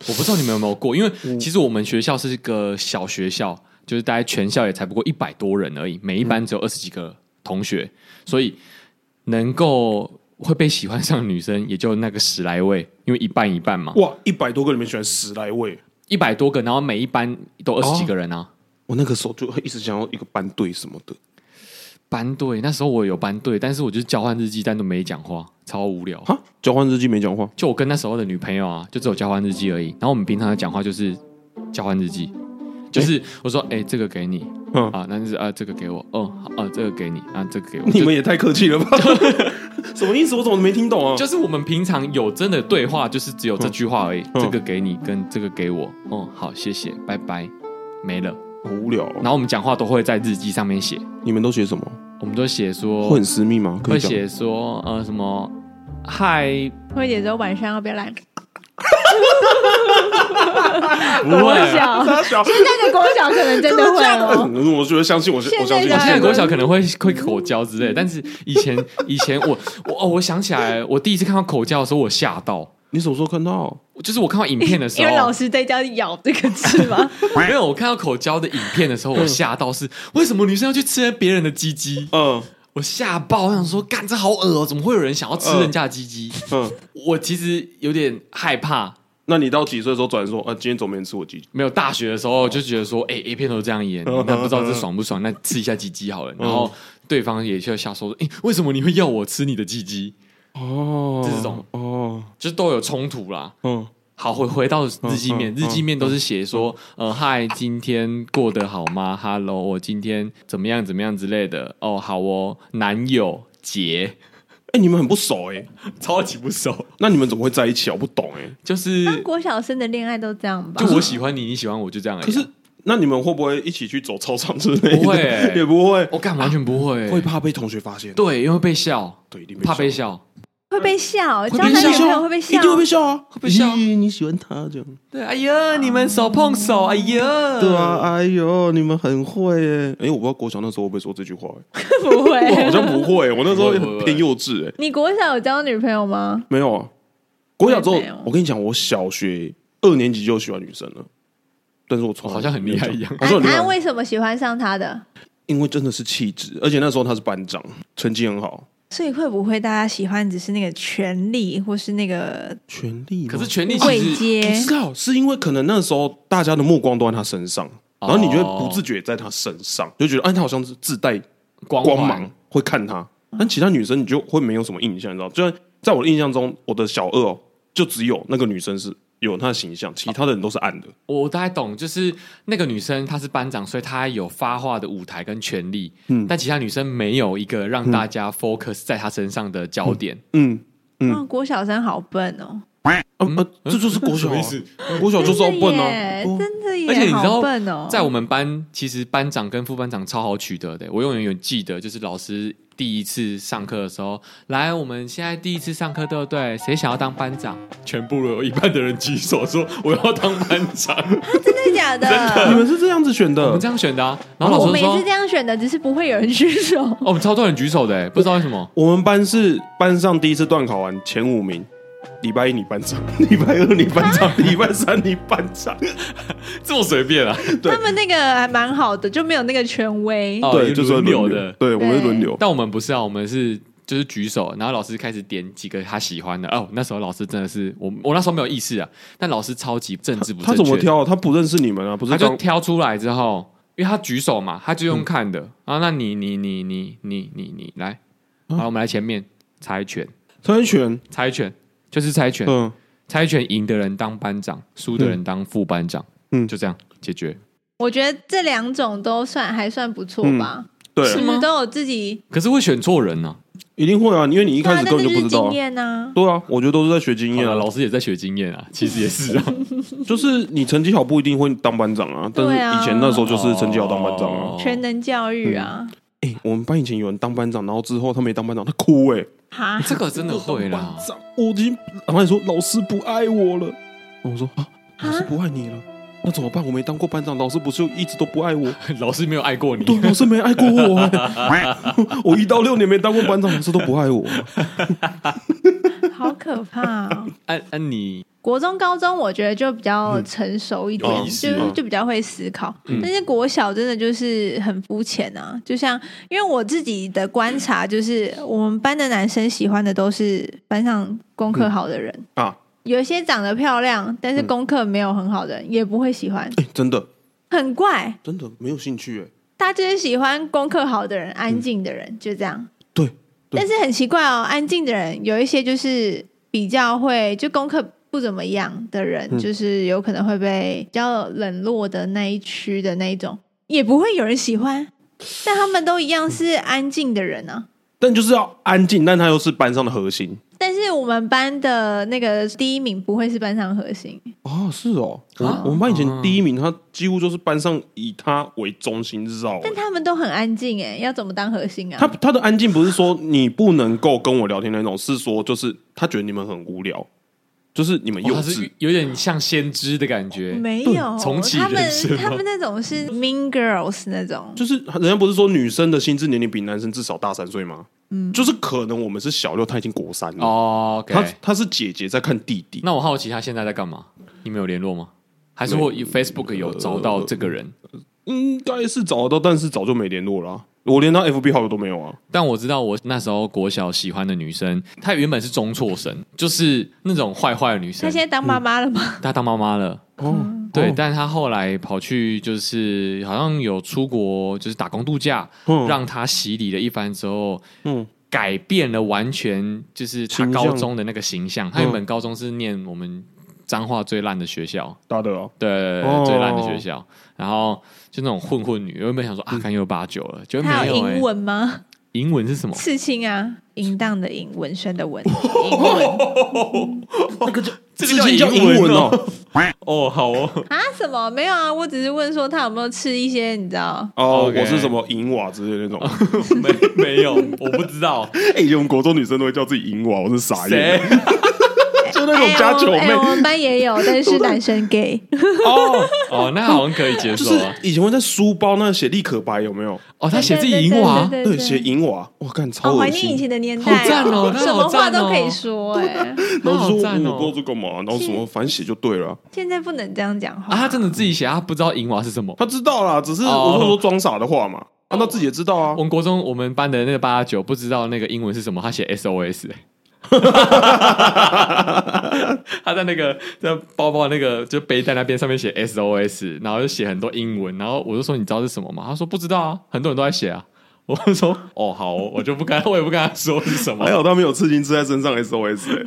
A: 我不知道你们有没有过，因为其实我们学校是一个小学校，就是大概全校也才不过一百多人而已，每一班只有二十几个同学，所以能够会被喜欢上的女生也就那个十来位，因为一半一半嘛，
B: 哇，一百多个里面选十来位，
A: 一百多个，然后每一班都二十几个人啊。
B: 我那个时候就会一直想要一个班队什么的，
A: 班队那时候我有班队，但是我就是交换日记，但都没讲话，超无聊。
B: 哈，交换日记没讲话，
A: 就我跟那时候的女朋友啊，就只有交换日记而已。然后我们平常的讲话就是交换日记，就是我说，哎、这个给你，
B: 嗯
A: 啊，那就是啊，这个给我，哦，好，啊，这个给你，啊，这个给我。
B: 你们也太客气 了吧？什么意思？我怎么没听懂啊？
A: 就就是我们平常有真的对话，就是只有这句话而已，
B: 嗯
A: 这个给你跟这个给我，哦，好，谢谢，拜拜，没了。
B: 好无聊哦、
A: 然后我们讲话都会在日记上面写，
B: 你们都写什么？
A: 我们都写说
B: 会很私密吗？可
A: 会
B: 以讲 吗
A: 写说呃什么， 嗨，
D: 慧姐说晚上要不要来？
A: 不
D: 国
A: 会。啊
D: 小，
B: 傻 小，
D: 那个国小可能真的会哦。
B: 嗯啊我觉得相信我是，我
D: 现在
B: 相信
D: 啊的
A: 我现在国
B: 我相信
A: 小可能会会口交之类，但是以 前以前我我哦，我想起来，我第一次看到口交的时候，我吓到，
B: 你什么时候看到？
A: 就是我看到影片的时
D: 因为老
A: 候，
D: 师在家咬这个字吗？
A: 没有我看到口交的影片的时候，
D: 嗯
A: 我吓到是为什么女生要去吃别人的鸡鸡？
B: 嗯
A: 我吓爆，我想说，干这好恶哦，怎么会有人想要吃人家的鸡鸡？
B: 嗯，
A: 我其实有点害怕。
B: 那你到几岁的时候转说啊？今天总没人吃我鸡鸡？
A: 没有大学的时候就觉得说，哎、a 片都这样演，
B: 嗯
A: 那不知道这爽不爽？那吃一下鸡鸡好了。然
D: 嗯
A: 后对方也就瞎说，哎、为什么你会要我吃你的鸡鸡？
B: 哦
A: 这种
B: 哦，
A: 就是都有冲突啦。
B: 嗯
A: 好，回回到日记面，
B: 嗯嗯
A: 日记面都是写说，呃，嗨，今天过得好吗？Hello，我今天怎么样怎么样之类的。哦，好哦，男友杰，
B: 哎，你们很不熟哎，
A: 超级不熟，
B: 那你们怎么会在一起啊？我不懂哎。
A: 就是
D: 当国小生的恋爱都这样吧
A: 就？我喜欢你，你喜欢我，就这样而已啊。
B: 可是那你们会不会一起去走操场之类的？
A: 不会欸
B: 也不会，
A: 我干完全不会，
B: 啊会怕被同学发现。
A: 对，因为被笑，
B: 对，一定啊
A: 怕被笑。
D: 会被笑，交
A: 被
D: 男
A: 笑
D: 女朋友会被笑
B: 一，定会被笑啊，会
A: 被笑
B: 你喜欢他这样？
A: 对，哎呀，你们手碰手，哎呀，
B: 对啊，，哎呦，你们很会耶！哎，我不知道国小那时候会不会说这句话 欸，
D: 不
B: 我好
D: 会。
B: 像不 会欸，我那时候
A: 不会不会
B: 很偏幼稚哎，
D: 你国小有交女朋友吗？
B: 没有啊。国小之后
D: 我也没有，
B: 我跟你讲，我小学二年级就喜欢女生了，但是我从来
A: 好像很厉害一样
B: 好像很厉
D: 安
B: 害，
D: 安哎为什么喜欢上他的？
B: 因为真的是气质，而且那时候他是班长，成绩很好，
D: 所以会不会大家喜欢只是那个权力，或是那个
B: 权力吗。
A: 可是权力
D: 位
A: 其实
D: 阶
B: 不？知道，是因为可能那时候大家的目光都在他身上，然后你就会不自觉在他身上，就觉得哎，他好像是自带
A: 光
B: 光
A: 环
B: 芒，会看他。但其他女生你就会没有什么印象，你知道？就像在我的印象中，我的小二哦，就只有那个女生是有她的形象，其他的人都是暗的。
A: 我我大概懂，就是那个女生她是班长，所以她有发话的舞台跟权利，
D: 嗯
A: 但其他女生没有一个让大家 focus 在她身上的焦点。
B: 嗯，嗯
D: 啊，国小生好笨哦，
B: 啊啊，这就是国
A: 嗯什
B: 小
A: 么
B: 啊
A: 意思，
B: 国小就是要
D: 真的
B: 笨
D: 耶，
B: 啊。
D: 真的
A: 哦而且你
D: 耶，
A: 知道
D: 好笨哦。
A: 在我们班，其实班长跟副班长超好取得的。我永远有记得，就是老师第一次上课的时候，来，我们现在第一次上课，对不对？谁想要当班长？全部有一半的人举手说我要当班 长，
D: 嗯真的假的？
B: 你们是这样子选
A: 我
B: 的
A: 们这？样选的、啊。然后老
D: 我
A: 师
D: 们
A: 说，
D: 也是
A: 哦
D: 这，样选的，只是不会有人举手。
A: 我们超多人举手的，不知道为什么。
B: 我们班是班上第一次段考完前五名，礼拜一你班长， 礼拜二你班长， 礼拜三你班长。
A: 这么随便啊？
B: 对
D: 他们那个还蛮好的，就没有那个权威。
A: 哦
B: 对，
A: 就
B: 就是
A: 轮流的
B: 对，我们是轮流。
A: 但我们不是啊，我们是就是举手，然后老师开始点几个他喜欢的。哦，那时候老师真的是我，我那时候没有意识啊，但老师超级政治不
B: 他
A: 正
B: 怎么
A: 确，
B: 挑？他不认识你们啊，不是
A: 他就
B: 刚
A: 挑出来之后，因为他举手嘛，他就用看
B: 嗯
A: 的、啊。那你你你你你你你来，
B: 嗯
A: 好，我们来前面猜拳，
B: 猜拳，
A: 猜拳就是猜拳，
B: 嗯，
A: 猜拳赢的人当班长，输的人当副班长，
B: 嗯
A: 就这样解决。
D: 我觉得这两种都算还算不错
A: 嗯
D: 吧，
B: 对
D: 是
B: 啊，
D: 不
A: 吗
D: 是都有自己？
A: 可是会选错人呢、
B: 一定会啊，因为你一
D: 对
B: 开
D: 啊，
B: 始
D: 那
B: 根
D: 这
B: 本
D: 就
B: 就不
D: 是
B: 知道
D: 经
B: 啊。
D: 验呐、
B: 对啊，我觉得都是在学经
A: 好
B: 验
A: 啦
B: 啊，
A: 老师也在学经验啊，其实也 是啊，
B: 就是你成绩好不一定会当班长啊，但是
D: 对啊
B: 以前那时候就是成绩好当班长啊。
A: 哦
D: 全能教育啊，
B: 哎、我们班以前有人当班长，然后之后他没当班长，他哭哎、
D: 哈、
A: 这个真的会啦
B: 班。长，我已经，然后你说老师不爱我了，然后我说啊，老师不爱你了，那怎么办？我没当过班长，老师不是一直都不爱我？
A: 老师没有爱过你，
B: 对，老师没爱过我、哎我一到六年没当过班长，老师都不爱我。
D: 好可怕、哦！
A: 按按啊你
D: 国中、高中我觉得就比较成熟一点，
A: 有意思
D: 就
B: 嗯
D: 就比较会思考。但是国小真的就是很肤浅啊，就像因为我自己的观察，就是我们班的男生喜欢的都是班上功课好的人、
B: 嗯啊，
D: 有一些长得漂亮，但是功课没有很好的人、也不会喜欢，
B: 哎、真的，
D: 很怪。
B: 真的没有兴趣哎、
D: 大家就是喜欢功课好的人、安静的人，就这样。
B: 对对
D: 但是很奇怪哦，安静的人有一些就是比较会就功课不怎么样的人，
B: 嗯
D: 就是有可能会被比较冷落的那一区的那一种，也不会有人喜欢。但他们都一样是安静的人啊。
B: 但就是要安静，但他又是班上的核心
D: 但是我们班的那个第一名不会是班上核心，
B: 啊。是哦，
A: 啊
B: 我我们班以前
A: 啊
B: 第一名，他几乎就是班上以他为中心绕、
D: 但
B: 欸。
D: 他们都很安静哎，要怎么当核心啊？
B: 他他的安静不是说你不能够跟我聊天那种，是说就是他觉得你们很无聊，就是你们幼
A: 哇
B: 稚
A: 哦是。有点像先知的感觉，
D: 没有，
A: 重启
D: 他们
A: 人生吗
D: 他们那种是 Mean Girls 那种，
B: 啊就是人家不是说女生的心智年龄比男生至少大三岁吗？嗯，就是可能我们是小六，他已经国三了。
A: 哦，OK、
B: 他
A: o k
B: 他是姐姐在看弟弟，
A: 那我好奇他现在在干嘛？你们有联络吗？还是我 Facebook 有找到这个人？
B: 应该是找得到，但是早就没联络了啊、我连他 FB 好友都没有啊。
A: 但我知道我那时候国小喜欢的女生，她原本是中辍生，就是那种坏坏的女
D: 他
A: 生
D: 现。在当妈妈了吗？
A: 她当妈妈了，
B: 哦，
A: 对，但她后来跑去就是好像有出国，就是打工度假，
B: 嗯
A: 让她洗礼了一番之后，
B: 嗯
A: 改变了完全就是她
B: 形象
A: 高中的那个形象。她原本高中是念我们彰化最烂的学校，
B: 打的哦，
A: 对对对
B: 哦
A: 对，最烂的学校，然后就那种混混女，原本想说啊，看又八九了，
B: 嗯
A: 结果
D: 他
A: 没
D: 有
A: 有
D: 英
A: 欸，
D: 文吗？
A: 英文是什么？
D: 刺青啊，淫荡的淫，纹身的纹。
A: 这
B: 之前叫英文哦，
A: 哦， 好哦，
D: 啊？什么？没有啊，我只是问说他有没有吃一些，你知道？
B: 哦，
A: OK
B: 我是什么银瓦之类的那种。
A: 没没有，我不知道
B: 哎，我们国中女生都会叫自己银瓦，我是傻
A: 谁
B: 眼，就 那种加九
D: 哎
B: 妹
D: 我们哎我们班也有，但是男生 gay。
A: 哦哦，那好像可以接
B: 就
A: 受
B: 是
A: 啊。
B: 以前会在书包那写立可白，有没有？
A: 哦，他写自己
D: 对
A: 银娃，
D: 对对
B: 对，
D: 对
B: 写
D: 对对
B: 银瓦，我看超
D: 好怀
B: 恶
D: 念以
B: 心。
D: 前的年代，
A: 好赞哦那
D: 什么
A: 好
D: 话
A: 赞哦
D: 都可以说哎。
B: 然后就
A: 好
B: 说嗯
A: 赞哦
B: 我不知道这干嘛，然后什么反写就对了。啊
D: 现在不能这样讲
A: 啊，
D: 话。
A: 他真的自己写，他不知道银娃是什么。
B: 他知道啦，只是
A: 哦
B: 我就说装傻的话嘛，啊，他自己也知道啊
A: 我。们国中我们班的那个八九不知道那个英文是什么，他写 SOS，欸 他在那个在包包那个就背带那边上面写 SOS，然后就写很多英文，然后我就说你知道是什么吗？他说不知道啊，很多人都在写啊。 我就说哦好哦我就不跟他， 我也不跟他说是什么
B: 还。好他没有刺青刺在身上 SOS 欸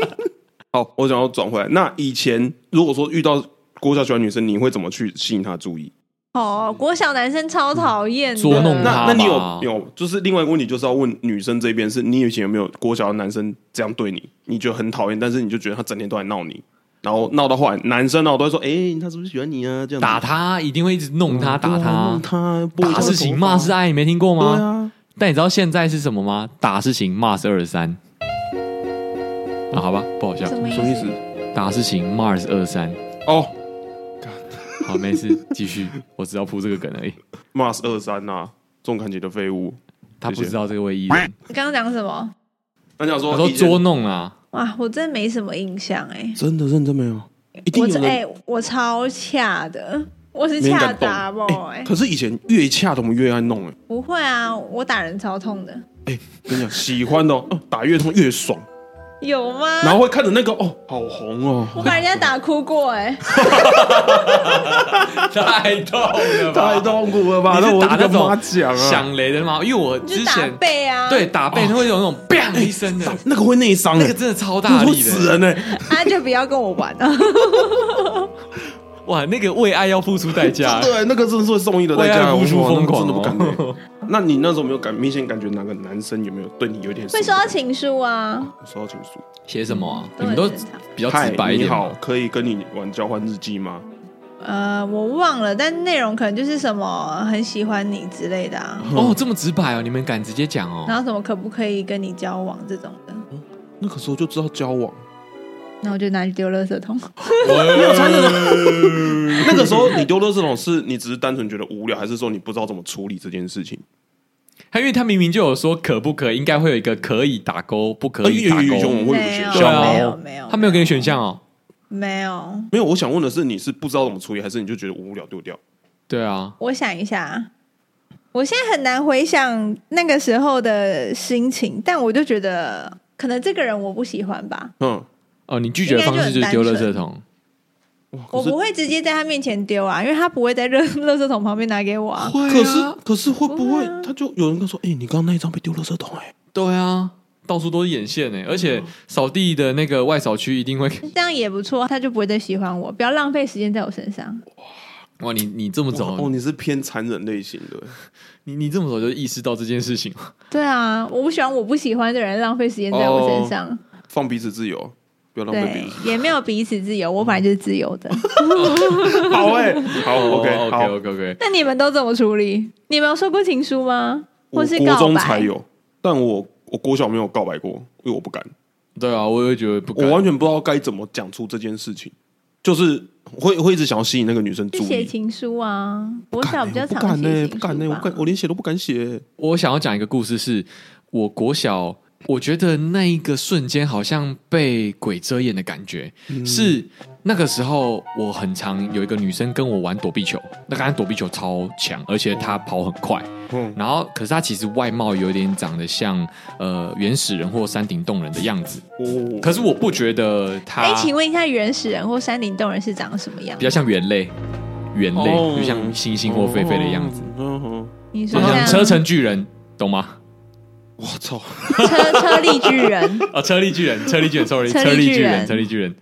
B: 好，我想要转回来。那以前如果说遇到国小喜欢女生，你会怎么去吸引她注意？
D: 哦，国小男生超讨厌的，
A: 捉弄
B: 那
A: 他
B: 那你
A: 吧
B: 有有就是另外一个问题，就是要问女生这边是，你以前有没有国小的男生这样对你，你觉得很讨厌，但是你就觉得他整天都在闹你，然后闹到后来，男生呢、我都会说，哎、他是不是喜欢你啊？这样子
A: 打他一定会一直弄他打他
B: 嗯啊弄，他拨一下
A: 打是行骂是
B: 头
A: 爱，你没听过
B: 发对
A: 吗？
B: 啊，
A: 但你知道现在是什么吗？打是行骂是二三。啊，好吧，不好笑。
D: 什么
B: 什么
D: 意
B: 意
D: 思
B: 思？？
A: 打是行，Mars 二三。
B: 哦
A: 好，没 事，继续。我只要铺这个梗而已。
B: ，Mars 二三啊呐，重砍级的废物，
A: 他不
B: 谢谢
A: 知道这个位艺人，
D: 你刚刚讲什么？
B: 那你想
A: 他
B: 说
A: 说
B: 以前
A: 捉弄啊，
D: 哇，我真的没什么印象哎。
B: 真的认真没有，一定
D: 我
B: 有人
D: 哎、我超恰的，我是
B: 没人
D: 恰
B: 敢动
D: 打 boy，、
B: 哎可是以前越恰的我们越爱弄哎、
D: 不会啊，我打人超痛的。
B: 哦跟你讲，喜欢的、哦、呃打越痛越爽。
D: 有吗？
B: 然后会看着那个哦，好红哦，
D: 我把人家打哭过 哎、
A: 太痛 了吧，
B: 太痛苦了吧？
A: 你
B: 那
A: 是
B: 我
A: 打那
B: 跟妈
A: 种
B: 讲啊，
A: 响雷的吗？因为我
D: 就
A: 之
D: 是打
A: 前
D: 背啊，
A: 对，打背会有那种 “bang” 一声的，
B: 那个会内伤
A: 那
B: 的
A: 个，真的超
B: 那
A: 大
B: 个会
A: 力
B: 死
A: 的，
B: 人欸呢。
D: 啊就不要跟我 玩了。
A: 哇，那个为爱要付出代价。
B: 对，啊那个真的是会啊送医的，
A: 为
B: 在
A: 爱
B: 家
A: 付出
B: 哇那个
A: 疯狂
B: 真的不
A: 哦
B: 敢欸。那你那时候没有感明显感觉哪个男生有没有对你有点
D: 会收到情书啊，
B: 收到情书？
A: 写什么啊？
D: 都
A: 你
D: 很
A: 们都
D: 正常
A: 比较
B: 嗨
A: 直白，一
B: 你
A: 点嘛。
B: 好，可以跟你玩交换日记吗？
D: 呃，我忘了，但内容可能就是什么很喜欢你之类的啊，
A: 哦，这么直白哦，你们敢直接讲哦
D: 然？后什么可不可以跟你交往这种的，
B: 那个时候就知道交往，
D: 那我就拿去丢垃圾桶。
B: 没有穿那 个。那个时候你丢的这种是你只是单纯觉得无聊，还是说你不知道怎么处理这件事情？
A: 他因为他明明就有说可不可以，应该会有一个可以打勾，不可以
B: 哎
A: 打
B: 有有有我们
A: 勾。
B: 会有
D: 没有
B: 选
A: 项
D: 没
A: 哦
D: 有没有，
A: 他没有给你选项哦。
D: 没有。
B: 没有，我想问的是，你是不知道怎么处理，还是你就觉得无聊丢掉？
A: 对啊，
D: 我想一下，我现在很难回想那个时候的心情，但我就觉得可能这个人我不喜欢吧，
B: 嗯，
A: 哦，你拒绝的方式就是丢垃圾桶。
B: 哇
D: 我不会直接在他面前丢啊，因为他不会在热垃圾 桶旁边拿给我 啊。
B: 可是可是会不会他就有人跟说，哎，你刚刚那一张被丢垃圾桶哎？
A: 对啊，到处都是眼线欸呢，而且扫地的那个外扫区一定会。
D: 这样也不错，他就不会再喜欢我，不要浪费时间在我身上。
A: 哇，你你这么
B: 哇哦，
A: 早，
B: 你是偏残忍类型的，
A: 你你这么早就意识到这件事情，
D: 对啊，我不喜欢我不喜欢的人浪费时间在我身上，
B: 放彼此自由，不要哦浪费彼
D: 对
B: 此。，
D: 也没有彼此自由，我本来就是 自由的。
B: 好哎，好 OK
A: 哦 OK
B: 好，
A: OK OK，
D: 那你们都怎么处理？你们有收过情书吗？
B: 我
D: 或是
B: 国
D: 告
B: 中才
D: 白？
B: 有，但我我国小没有告白过，因为我不敢。
A: 对啊，我也觉得不
B: 我
A: 敢。
B: 完全不知道该怎么讲出这件事情，就是会会一直想要吸引那个女生注
D: 就写
B: 意。
D: 情书啊，我
B: 敢
D: 小
B: 欸
D: 比较
B: 我不
D: 常
B: 敢
D: 写
B: 呢，
D: 情
B: 不敢呢，欸
D: 书
B: 我
D: 吧
B: 敢，我连写都不敢写。
A: 我想要讲一个故事是，我国小，我觉得那一个瞬间好像被鬼遮眼的感觉，是那个时候我很常有一个女生跟我玩躲避球，那个她躲避球超强，而且她跑很快，
B: 嗯
A: 然后可是她其实外貌有点长得像呃原始人或山顶洞人的样子，
B: 哦，
A: 可是我不觉得她
D: 哎，请问一下，原始人或山林洞人是长什么样
A: 比？较像猿类，猿类、
B: 哦
A: 就像猩猩或狒狒的样子，
B: 嗯哼，
D: 你
A: 就
D: 说
A: 像
D: 像
A: 车城巨人，懂吗？
B: 我操，
D: 车车力巨人，
A: 哦，车力巨人，车力巨人，sorry，
D: 车力巨人
A: 车力巨人。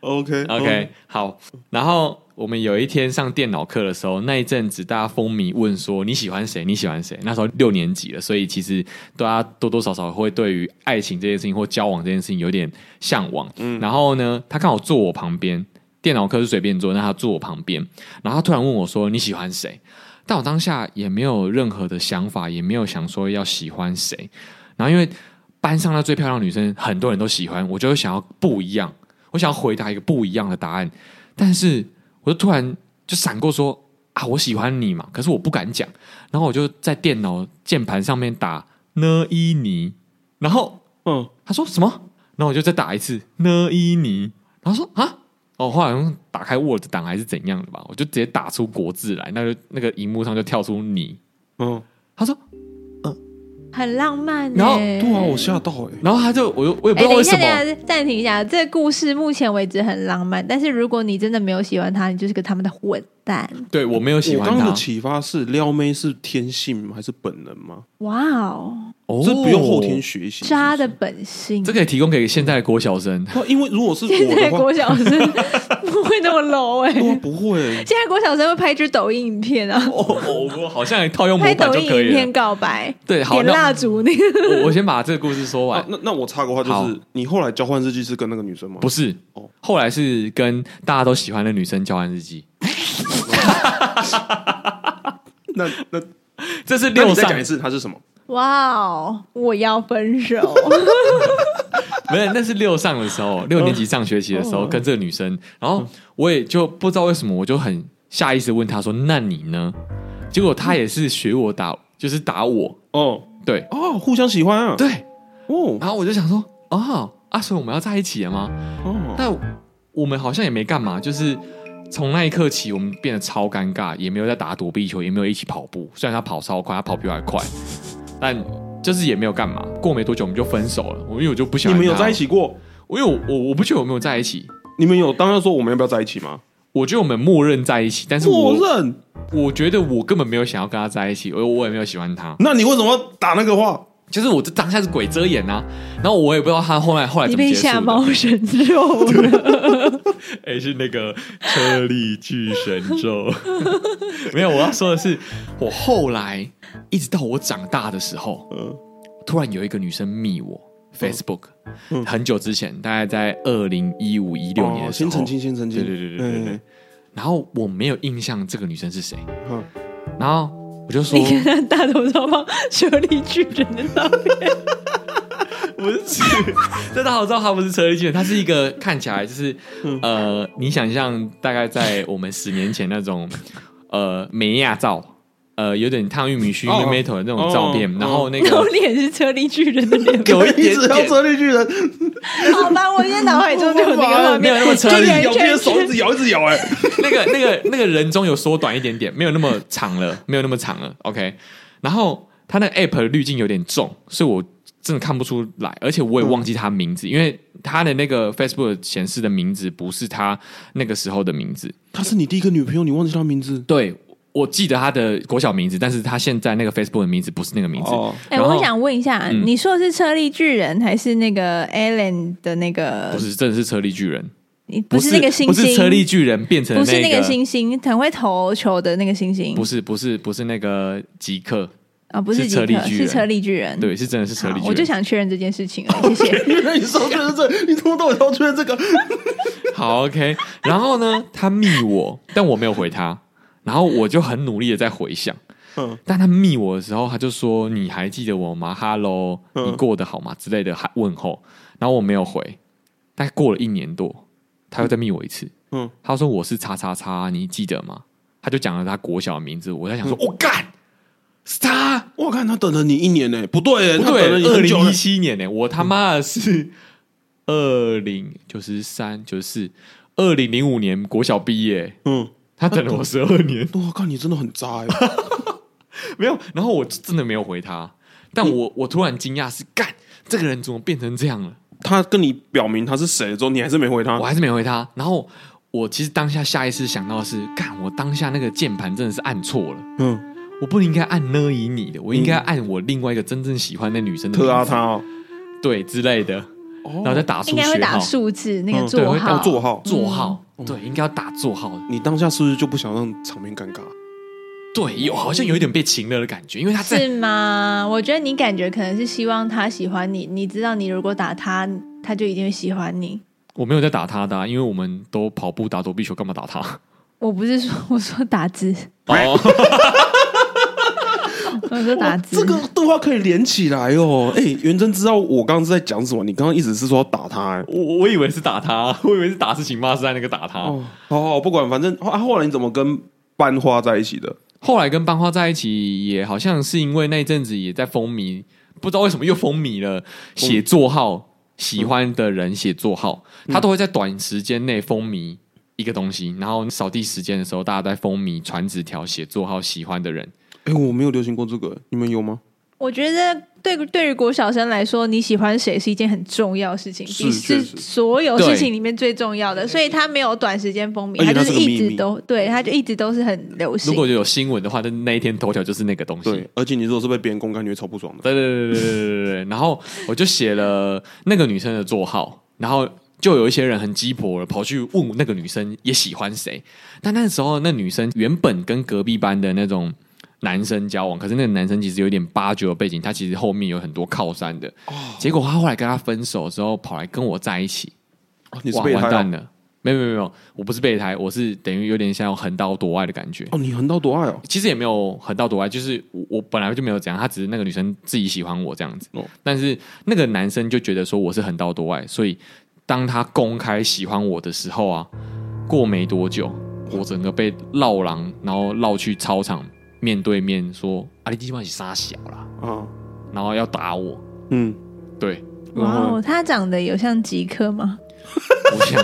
B: OK
A: OK，好。然后我们有一天上电脑课的时候，那一阵子大家风靡问说你喜欢谁？你喜欢谁？那时候六年级了，所以其实大家多多少少会对于爱情这件事情或交往这件事情有点向往。然后呢，他刚好坐我旁边，电脑课是随便坐，那他坐我旁边，然后他突然问我说你喜欢谁？但我当下也没有任何的想法，也没有想说要喜欢谁。然后因为班上那最漂亮的女生，很多人都喜欢，我就会想要不一样，我想要回答一个不一样的答案。但是我就突然就闪过说啊，我喜欢你嘛，可是我不敢讲。然后我就在电脑键盘上面打呢伊尼，然后
B: 嗯，
A: 他说什么？然后我就再打一次呢伊尼，然后说啊，哦，后来好像打开 Word 档还是怎样的吧，我就直接打出国字来，那就那个荧幕上就跳出你。
B: 嗯，
A: 他说，
D: 很浪漫欸。
A: 然后
B: 对啊，我吓到哎，
A: 然后他就我就我也不
D: 哎，
A: 知道
D: 等
A: 为
D: 一
A: 什么，
D: 下，等一下，暂停一下。这个故事目前为止很浪漫，但是如果你真的没有喜欢他，你就是个他们的混蛋。
A: 对我没有喜
B: 我
A: 欢
B: 刚刚
A: 他
B: 的，启发是撩妹是天性吗还是本能吗？
D: 哇哦，
A: 哦
B: 这不用后天学习。
D: 渣的本性。
A: 这可以提供给现在的国小生。
B: 对啊，因为如果是
D: 现
B: 我的
D: 在
B: 话，
D: 国小生不会那么 low 哎、
B: 对啊，不会。
D: 现在国小生会拍一支抖音影片啊，
A: 哦，我好像套用模
D: 拍
A: 板
D: 抖
A: 就
D: 音
A: 可
D: 影
A: 以了
D: 片。告白，
A: 对，好，
D: 点
A: 那
D: 蜡烛那个。
A: 我我先把这个故事说完
D: 哦
B: 啊。那那我插个话，就
A: 好
B: 是你后来交换日记是跟那个女生吗？
A: 不是
B: 哦，
A: 后来是跟大家都喜欢的女生交换日记，
B: 那那
A: 这是
B: 那
A: 六
B: 你再
A: 上
B: 讲一，次，它是什么？
D: 哇哦，我要 分手，
A: 不是，那是六上的时候，
B: 哦
A: 六年级上学期的时候跟这个女生，然后我也就不知道为什么，我就很下意识问她说：“那你呢？”结果她也是学我打，就是打我，
B: 哦，
A: 对
B: 哦，互相喜欢啊，
A: 对，
B: 哦
A: 然后我就想说：“哦，啊，所以我们要在一起了吗？”
B: 哦，
A: 但我们好像也没干嘛，就是从那一刻起，我们变得超尴尬，也没有在打躲避球，也没有一起跑步。虽然他跑超快，他跑比我还快，但就是也没有干嘛。过没多久我们就分手了，我因为我就不想
B: 你们有在一，起过？
A: 我有我我不觉得我们有在一起，
B: 你们有当时说我们要不要在一起吗？
A: 我觉得我们默认在一起，但是
B: 默
A: 我
B: 认。
A: 我觉得我根本没有想要跟他在一起，我我也没有喜欢他，
B: 那你为什么要打那个话？
A: 就是我这当下是鬼遮眼啊，然后我也不知道他后来后来
D: 你
A: 怎么结
D: 被
A: 束的
D: 下猫神咒了，
A: 哎、是那个车力巨神咒。 没有，我要说的是，我后来一直到我长大的时候，
B: 嗯
A: 突然有一个女生密我 Facebook，、很久之前，大概在二零一五一六年
B: 哦
A: 的时
B: 先
A: 候。
B: 澄清，先澄清。
A: 对对对对对对对
B: 嗯
A: 然后我没有印象这个女生是谁，
B: 嗯
A: 然后我就说
D: 你，看他啊大头照放蛇力巨人的照片，
A: 不 是，但大家知道她不是车力巨人，她是一个看起来就是、
B: 嗯
A: 呃，你想象大概在我们十年前那种呃美亚照。呃，有点烫玉米须、
B: 哦
A: 妹妹头的那种照片，
B: 哦
A: 然后那
D: 然后
A: 个
D: 脸是车力巨人 的脸。
A: 有一
B: 一
A: 点
B: 直要
A: 点
B: 车力巨人，
D: 好吧，我现在脑海中就有那个画
A: 没
D: 面，
A: 有那么 车
D: 就
A: 力
D: 圆
B: 咬别
D: 圈
B: 人手一
D: 圈
B: 直咬，一直咬，哎，
A: 那个那个那个人中有缩短一点点，没有那么长了，没有那么长了。OK，然后他那个 app 的滤镜有点重，所以我真的看不出来，而且我也忘记他名字，因为他的那个 Facebook 显示的名字不是他那个时候的名字。
B: 她是你第一个女朋友，你忘记她名字？
A: 对，我记得他的国小名字，但是他现在那个 Facebook 的名字不是那个名字。
B: 哦
D: 哎、
A: 然后
D: 我想问一下，
A: 嗯
D: 你说的是车力巨人还是那个 Allen 的那个
A: 不？是，真的是车力巨人，
D: 你不是那个星
A: 不是
D: 星，
A: 车力巨人变成
D: 不是
A: 那
D: 那个星星，很会投球的那个星星，
A: 不是不是不是那个极客，
D: 啊，不是
A: 是
D: 吉
A: 车力
D: 克，
A: 巨人
D: 是车力巨人。
A: 对，是真的是车
D: 好
A: 力巨人。
D: 我就想确认这件事情 了，谢谢。
B: 原来你说的是这，你怎么都有说出这个？
A: 好，OK。然后呢，他密我，但我没有回他。然后我就很努力的在回想，
B: 嗯
A: 但他密我的时候，他就说：“你还记得我吗？Hello，
B: 嗯
A: 你过得好吗？”之类的喊问候。然后我没有回，大概过了一年多，他又再密我一次。
B: 嗯，
A: 他说：“我是叉叉叉，你记得吗？”他就讲了他国小的名字，我在想
B: 嗯
A: 说：“我、干，是他。”
B: 哦我看她等了你一年呢，不对欸，
A: 不
B: 她等了
A: 哦对，
B: 你
A: 二
B: 很久
A: 零
B: 了嗯
A: 一。七年呢、我他妈的是二零九十三九四二零零五年国小毕业、
B: 嗯，
A: 他等了我十二年，
B: 我靠，你真的很渣 哎！
A: 没有，然后我真的没有回他，但我我突然惊讶是干，这个人怎么变成这样了？
B: 她跟你表明她是谁了之后，你还是没回她
A: 我。还是没回他。然后我其实当下下意识想到的是，干，我当下那个键盘真的是按错了，
B: 嗯，
A: 我不应该按呢以你的，我应该按我另外一个真正喜欢的女生的
B: 特
A: 名
B: 啊
A: 字
B: 她哦，
A: 对之类的，然后再打出
D: 应该会
A: 学
D: 打
A: 号。
D: 数字那个
A: 对
B: 嗯
D: 座
A: 会打
D: 号，
B: 哦座号。
A: 座号，对，应该要打座号的。
B: 你当下是不是就不想让场面尴尬？
A: 对，有好像有一点被擒了的感觉，因为他在
D: 是吗？我觉得你感觉可能是希望他喜欢你，你知道你如果打他，他就一定会喜欢你。
A: 我没有在打他的啊、因为我们都跑步打躲避球，干嘛打他？
D: 我不是说我说打字，
A: 哦，
D: 我说打字，
B: 这个对话可以连起来哦。哎，元真知道我刚刚是在讲什么？你刚刚一直是说要打她哎。
A: 我我以为是打他， 我以为是打是情骂是在那个打他。
B: 哦，好好，不管，反正啊，后来你怎么跟班花在一起的？
A: 后来跟班花在一起，也好像是因为那一阵子也在风靡，不知道为什么又风靡了写作号，喜欢的人写作号，他都会在短时间内风靡一个东西，然后扫地时间的时候，大家在风靡传纸条、写作号喜欢的人。
B: 哎，我没有流行过这个，你们有吗？
D: 我觉得对对于国小生来说，你喜欢谁是一件很重要的事情，
B: 是
D: 比
B: 确
D: 是
B: 实
D: 所有
A: 对
D: 事情里面最重要的，所以他没有短时间风靡，
B: 而且
D: 他
B: 它
D: 就是是
B: 个
D: 一
B: 秘密
D: 直都对，他就一直都是很流行
A: 如。果有新闻的话，那那一天头条就是那个东西。
B: 对，而且你如果是被别人公开，你会超不爽的。
A: 对对对对对对对。 然后我就写了那个女生的座号，然后就有一些人很鸡婆了，跑去问那个女生也喜欢谁。但那时候那女生原本跟隔壁班的那种。男生交往，可是那个男生其实有点八九的背景，他其实后面有很多靠山的。
B: 哦
A: 结果他后来跟他分手之后，跑来跟我在一起，
B: 哦你是
A: 哇，
B: 备胎
A: 完蛋
B: 啊
A: 了！没有没有没有，我不是备胎，我是等于有点像横刀夺爱的感觉。
B: 哦，你横刀夺爱哦。
A: 其实也没有横刀夺爱，就是我我本来就没有怎样，他只是那个女生自己喜欢我这样子。
B: 哦
A: 但是那个男生就觉得说我是横刀夺爱，所以当他公开喜欢我的时候啊，过没多久，我整个被绕狼，然后绕去操场面对面说：“啊，你今晚是杀小啦
B: 啊，！”
A: 然后要打我。
B: 嗯，
A: 对，
D: 哇
B: 然后
D: 哦，他长得有像极客吗？
A: 我想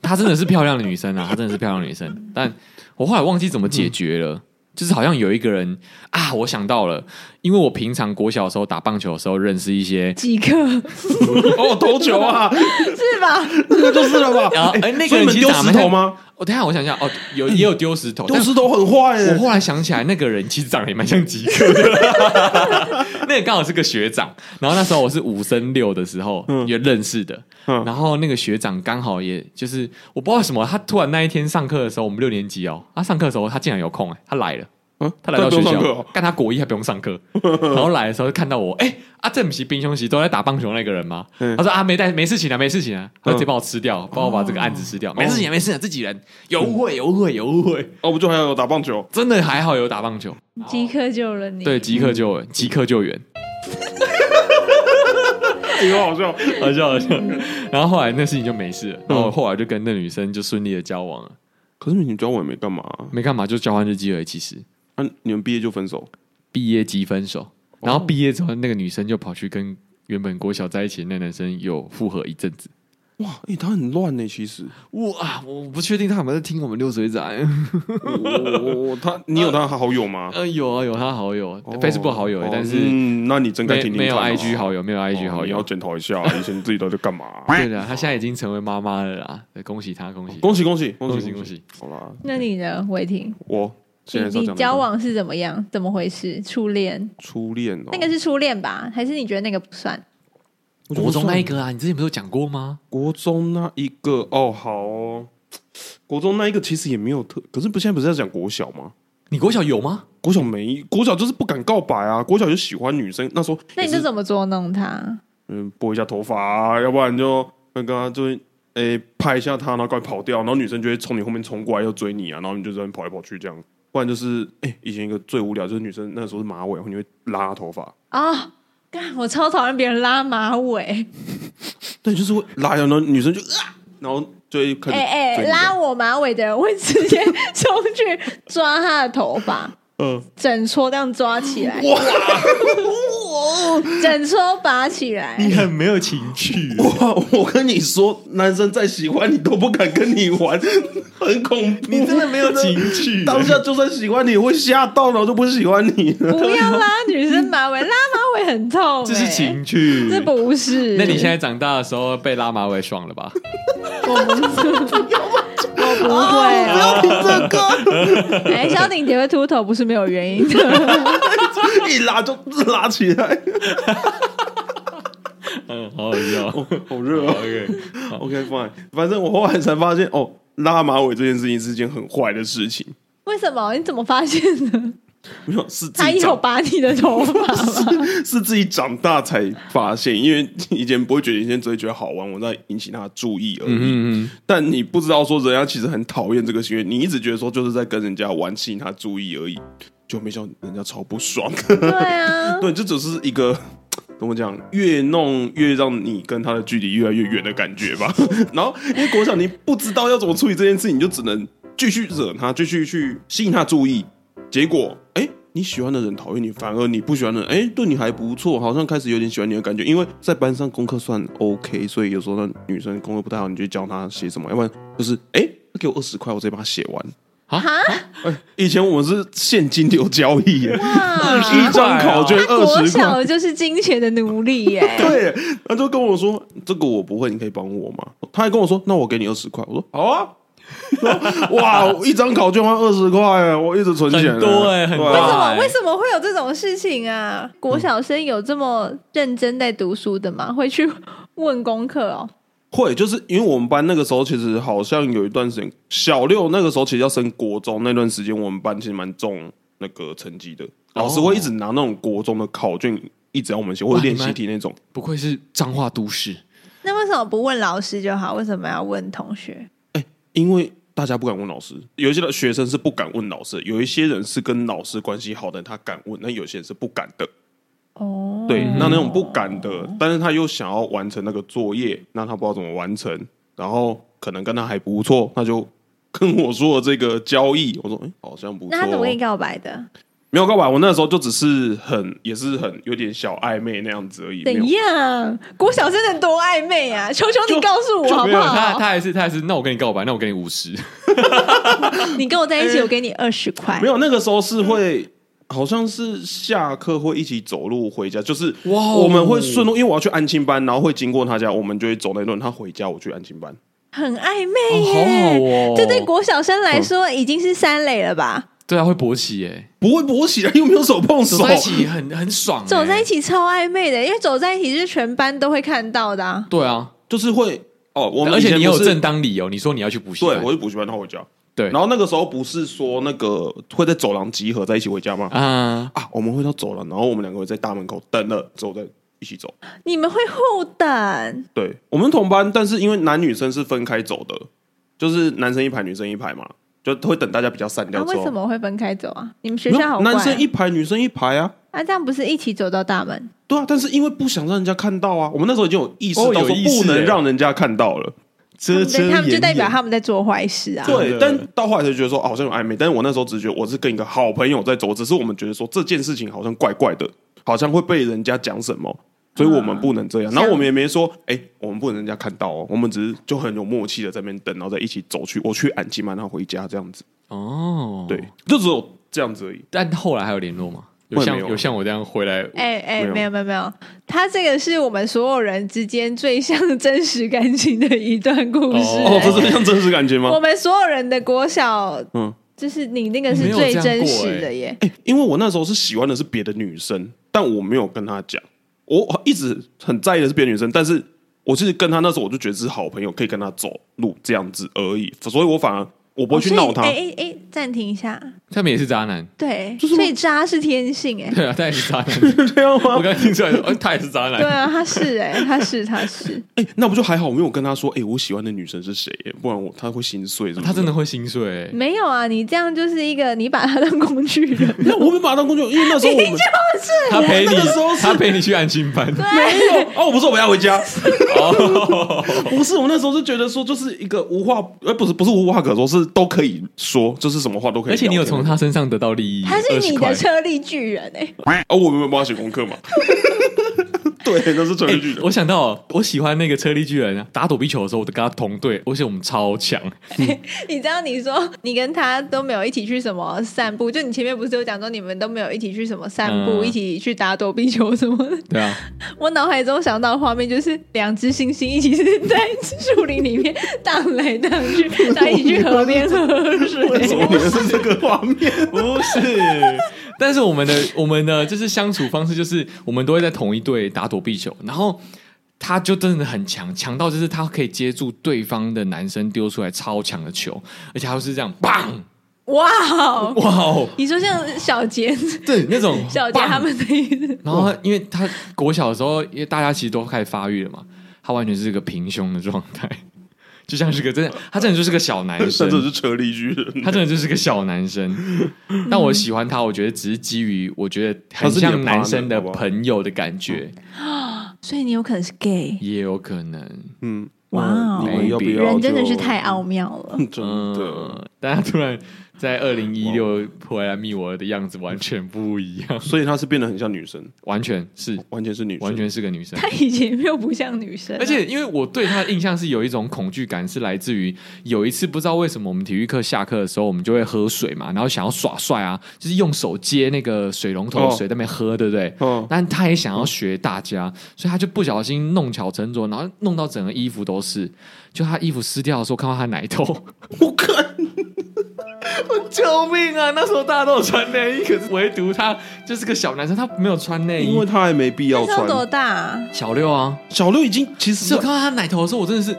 A: 她真的是漂亮的女生啊，她真的是漂亮的女生，但我后来忘记怎么解决了。就是好像有一个人啊，我想到了，因为我平常国小的时候打棒球的时候认识一些，
D: 几个是
B: 哦，投球啊，
D: 吧？
B: 那个就是 了吧？
A: 然后哎、那个
B: 所
A: 人
B: 以你们
A: 其实
B: 丢
A: 长
B: 石
A: 得
B: 头
A: 像？
B: 吗？
A: 哦，等一下我想想，哦，有也有丢 石头，
B: 丢石头很坏
A: 但
B: 欸
A: 我后来想起来，那个人其实长得也蛮像吉克的， 那个刚好是个学长。然后那时候我是五升六的时候
B: 嗯
A: 也认识的，
B: 嗯
A: 然后那个学长刚好也就是我不知道为什么，他突然那一天上课的时候，我们六年级哦，他上课的时候他竟然有空哎、他来了。
B: 嗯，
A: 他来到学
B: 不用
A: 校
B: 上课哦，
A: 干他国一还不用上 课，然后来的时候就看到我，哎、啊，这不是冰兄席都在打棒球那个人吗？
B: 嗯
A: 他说啊，没带，没事情啊，没事情啊，他就直接
B: 嗯哦
A: 帮我吃掉，帮我把这个案子吃掉，没事情啊，没事情啊，自己人，有误会，有误会，有误会，
B: 哦，不就还有打棒球？
A: 真的还好有打棒球，
B: 哦
D: 即刻救了你。
A: 对，，即刻救
B: 嗯
A: 援，即刻救援，
B: 哎呦，好笑！嗯
A: 好笑好笑。 然后后来那事情就没事了，然后后来就跟那女生就顺利的交往了，
B: 可是你们交往也没干嘛啊
A: 没干嘛，就交换日记而已。其实
B: 啊？你们毕业就分手？
A: 毕业即分手，
B: 哦
A: 然后毕业之后，那个女生就跑去跟原本国小在一起的那男生有复合一阵子。
B: 哇，哎，他很乱呢，其实。
A: 哇，我不确定他有没有在听我们六水仔。
B: 我我我他，你有他好友 吗？
A: 呃，有啊，有他好友、
B: 哦
A: f a c e b o o k 好友、
B: 哦
A: 但是
B: 嗯，那你真该
A: 没
B: 听听
A: 没有
B: 看哦
A: IG 好友，没有 IG
B: 哦
A: 好
B: 你
A: 友。
B: 要检讨一下，以前自己到底在干嘛？
A: 对的，她现在已经成为妈妈了啦，对恭喜她，恭喜她，
B: 恭喜恭喜恭
A: 恭
B: 喜
A: 喜恭
B: 恭喜！
A: 喜！
B: 好啦，
D: 那你呢，伟霆？
B: 我现在是
D: 你
B: 要
D: 你
B: 讲
D: 交往是怎么样？怎么回事？初恋？
B: 初恋哦，
D: 那个是初恋吧？还是你觉得那个不算？
B: 我觉得
A: 国中
B: 算
A: 那一个啊，你之前不是有讲过吗？
B: 国中那一个哦，好哦，国中那一个其实也没有特，可是不现在不是在讲国小吗？
A: 你国小有吗？
B: 国小没，国小就是不敢告白啊，国小就喜欢女生，那时候
D: 那
B: 也
D: 你
B: 是
D: 是怎么捉弄他？
B: 嗯拨一下头发、啊，要不然就那个啊、就会诶、拍一下她，然后赶快跑掉，然后女生就会从你后面冲过来要追你啊，然后你就在那边跑来跑去这样。不然就是，哎、以前一个最无聊就是女生那时候是马尾，然后你会拉她头发，
D: 啊，干！我超讨厌别人拉马尾，
B: 对，就是会拉，然后女生就啊，然后就会开
D: 哎
B: 始
D: 哎、
B: 追你这样
D: 拉，我马尾的人会直接冲去抓他的头发，
B: 嗯、
D: 整撮这样抓起来， 整撮拔起来。
A: 很没有情趣，
B: 哇，呃 我跟你说，男生再喜欢你都不敢跟你玩， 很恐怖。
A: 你真的没有情趣。
B: 当下就算喜欢你，会吓到，然后就不喜欢你了。
D: 不要拉女生马尾，拉马尾很痛、
A: 这是
D: 哎
A: 情趣，
D: 这不是。
A: 那你现在长大的时候被拉马尾爽了吧？
D: 我不会，
B: 要听这个，
D: 哎，萧鼎杰会秃头不是没有原因的。
B: 一拉就拉起来，
A: 嗯，好好 笑。
B: 好热啊。
A: OK，
B: OK fine，反正我后来才发现，哦，拉马尾这件事情是件很坏的事情。
D: 为什么？你怎么发现的？
B: 没有，是自
D: 他
B: 己
D: 有
B: 长，
D: 拔你的头发吗？
B: 是自己长大才发现，因为以前不会觉得，以前只会觉得好玩，我在引起他的注意而已。
A: 嗯嗯
B: 但你不知道说人家其实很讨厌这个行为，你一直觉得说就是在跟人家玩，吸引他注意而已，就没想到人家超不爽。
D: 对 啊，
B: 对，这只是一个怎么讲，越弄越让你跟他的距离越来越远的感觉吧。 然后因为国小你不知道要怎么处理这件事，你就只能继续惹他，继续去吸引他注意。结果，哎、你喜欢的人讨厌你，反而你不喜欢的人，哎、对你还不错，好像开始有点喜欢你的感觉。因为在班上功课算 OK，所以有时候那女生功课不太好，你就教她写什么，要不然就是哎。诶她给我二十块，我直接把它写完。
D: 哈，
B: 以前我们是现金流交易耶，
D: 哇
B: 一张考卷
D: 他
B: 二
D: 国
B: 十块。
D: 小就是 金钱的奴隶耶、
B: 对，他就跟我说这个我不会，你可以帮我吗？他还跟我说，那我给你二十块。我说好啊。然后哇，我一张考卷换二十块，啊我一直存钱，
A: 很多欸很
B: 对
D: 为
A: 多
D: 什
B: 啊
D: 么？为什么会有这种事情啊？国小生有这么认真在读书的吗？会去问功课哦？
B: 会就是因为我们班那个时候其实好像有一段时间，小六那个时候其实要升国中那段时间，我们班其实蛮重那个成绩的，老师会一直拿那种国中的考卷一直让我们写，或者
A: 哇你
B: 练
A: 们
B: 习题那种。
A: 不愧是彰化都市，
D: 那为什么不问老师就好？为什么要问同学？
B: 因为大家不敢问老师，有一些的学生是不敢问老师，有一些人是跟老师关系好的，他敢问，那有些人是不敢的。
D: 哦，
B: 对，那那种不敢的，但是他又想要完成那个作业，那他不知道怎么完成，然后可能跟他还不错，他就跟我说了这个交易，我说，哎、好像不错
D: 那他怎
B: 哦、
D: 么跟你告白的？
B: 没有告白，我那时候就只是很也是很有点小暧昧那样子而已。没有
D: 怎样？国小真的多暧昧啊！求求
B: 就
D: 你告诉我
B: 就
D: 好
B: 没
D: 不
B: 有
A: 他
D: 好？
A: 他还是他还是，那我跟你告白，那我给你五十，
D: 你跟我在一起，我给你二十块
B: 没。有，那个时候是
A: 嗯
B: 会，好像是下课会一起走路回家，就是
A: 哇哦
B: 我们会顺路，因为我要去安亲班，然后会经过他家，我们就会走那段，他回家，我去安亲班。
D: 很暧昧
A: 哦
D: 耶、
A: 好好哦
D: 这对国小生来说已经是三垒了吧？
A: 对啊，会勃起哎、
B: 不会勃起啊，又没有手碰手
A: 走，在一起很很
B: 哦
A: 爽、欸，
D: 走在一，起超暧昧的，因为走在一起是全班都会看到的、啊。
A: 对啊，
B: 就是会哦。我们
A: 而
B: 以
A: 且
B: 前
A: 你有
B: 不是
A: 正啊当理由，你说你要去补习
B: 对
A: 班，，
B: 我去补习班，他回家。
A: 对，
B: 然后那个时候不是说那个会在走廊集合在一起回家吗？
A: 啊，
B: 啊，我们会到走廊，然后我们两个会在大门口等了之后再一起走。
D: 你们会互等，
B: 对，我们同班，但是因为男女生是分开走的，就是男生一排，女生一排嘛，就会等大家比较散
D: 啊、
B: 掉之
D: 为
B: 后。
D: 什么会分开走啊？你们学
B: 没有
D: 校好怪、啊，
B: 男生一排，女生一排啊。
D: 啊，这样不是一起走到大门？
B: 对啊，但是因为不想让人家看到啊，我们那时候已经有意识
A: 哦
B: 到
A: 有
B: 说
A: 意识
B: 不能
A: 欸
B: 让人家看到了。
D: 他
A: 遮
D: 们嗯在他们就代表他们在做坏事啊。
B: 对
A: 真的，
B: 但到后来才觉得说，哦好像有暧昧。但是我那时候只是觉得我是跟一个好朋友在走，只是我们觉得说这件事情好像怪怪的，好像会被人家讲什么，所以我们不能这样。
D: 嗯
B: 然后我们也没说，哎、我们不能人家看到哦，我们只是就很有默契的在那边等，然后再一起走去，我去安吉曼，然后回家这样子。
A: 哦，
B: 对，，就只有这样子而已。
A: 但后来还有联络吗？有
B: 我也
A: 像
B: 没有啊
A: 有像我这样回来，
D: 哎哎，
B: 没有
D: 没有没有没有，他这个是我们所有人之间最像真实感情的一段故事、
A: 哦
B: 哦，
D: 哎
B: 这是像真实感觉
D: 我
B: 吗？
D: 们所有人的国小，
B: 嗯
D: 嗯，就是你那个是
A: 没有这
D: 最
A: 样
D: 真
A: 过
D: 实
A: 哎
D: 的耶。
B: 哎、因为我那时候是喜欢的是别的女生，但我没有跟她讲，我一直很在意的是别的女生，但是我其实跟她那时候我就觉得是好朋友，可以跟她走路这样子而已，所以我反而我不会去闹她。
D: 哦所以哎哎哎，暂停一下，
A: 他们也是渣男，
D: 对，所以渣是 天性哎，
A: 对啊，他也是渣男，
B: 这样吗
A: 我？刚听出来说，哦他也是渣
D: 对
A: 男，
D: 啊，他是哎，他是他是，
B: 哎、那不就还好？我没有跟她说，哎、我喜欢的女生是谁、不然我她会心碎什么。
A: 他真的。会心碎欸，
D: 没有啊，你这样就是一个你把他当工具人，
B: 那我没把她当工具人，因为那时候我们
D: 啊
A: 他陪你
B: 那个时候，是
A: 他陪你去安亲班，
B: 没有哦，我不是我要回家，哦不是我那时候就觉得说就是一个无话，呃，不是不是无话可说，是都可以说，就是什么话都可以
A: 而
B: 聊
A: 且
B: 天。
A: 你有从他身上得到利益，
D: 他是你
A: 20
D: 的
A: 块
D: 车力巨人哎，
B: 哦，我们有帮他写功课嘛？ 对，那是传
A: 欸
B: 出去的。
A: 我想到，我喜欢那个车力巨人啊，打躲避球的时候，我都跟他同队，而且我们超强。
D: 你知道你说你跟他都没有一起去什么散步，就你前面不是有讲说你们都没有一起去什么散步，
A: 嗯
D: 一起去打躲避球什么的，
A: 对啊，
D: 我脑海中想到的画面就是两只猩猩一起在树林里面荡来荡去，然后一起去河边喝
B: 为什
D: 水。
B: 么你们是这个画面？
A: 不是，但是我们的我们的就是相处方式，就是我们都会在同一队打躲避球，然后他就真的很强，强到就是他可以接住对方的男生丢出来超强的球，而且他是这样，砰！
D: 哇哦！
A: 哇哦，
D: 你说像小杰、
A: 对，那种
D: 小杰
A: 棒
D: 他们那一
A: 然后他因为他国小的时候，因为大家其实都开始发育了嘛，他完全是个平胸的状态， 就像是个真的，他真的就是个小 男
B: 甚至
A: 生，
B: 是车力巨人，
A: 他真的就是个小男生。 但我喜欢他，我觉得只是基于我觉得很像男生的朋哦友的感觉，
D: 所以你有可能是 gay。
A: 也有可能。
B: 嗯，
D: 哇哦
B: 你们要不要就？
D: 人真的是太奥妙了，
B: 真的，
A: 嗯，但他突然在二零一六回来密我的样子完全不一样，
B: 所以他是变得很像女生，
A: 完全是
B: 完全是女生，
A: 完全是个女生。
D: 他以前又不像女生啊、
A: 而且，因为我对他的印象是有一种恐惧感，是来自于有一次不知道为什么我们体育课下课的时候，我们就会喝水嘛，然后想要耍帅啊，就是用手接那个水龙头的水在那边喝，对不对？
B: 哦
A: 但他也想要学大家，所以他就不小心弄巧成拙，然后弄到整个衣服都是。就他衣服湿掉的时候，看到他奶头，
B: 我看
A: 救命啊！那时候大家都有穿内衣，可是唯独他就是个小男生，他没有穿内
B: 因
A: 衣
B: 为。他还没必要
D: 那时候多
B: 穿。
D: 大、啊？
A: 小六啊，
B: 小六已经其实
A: 是我看到他奶头的时候，我真的是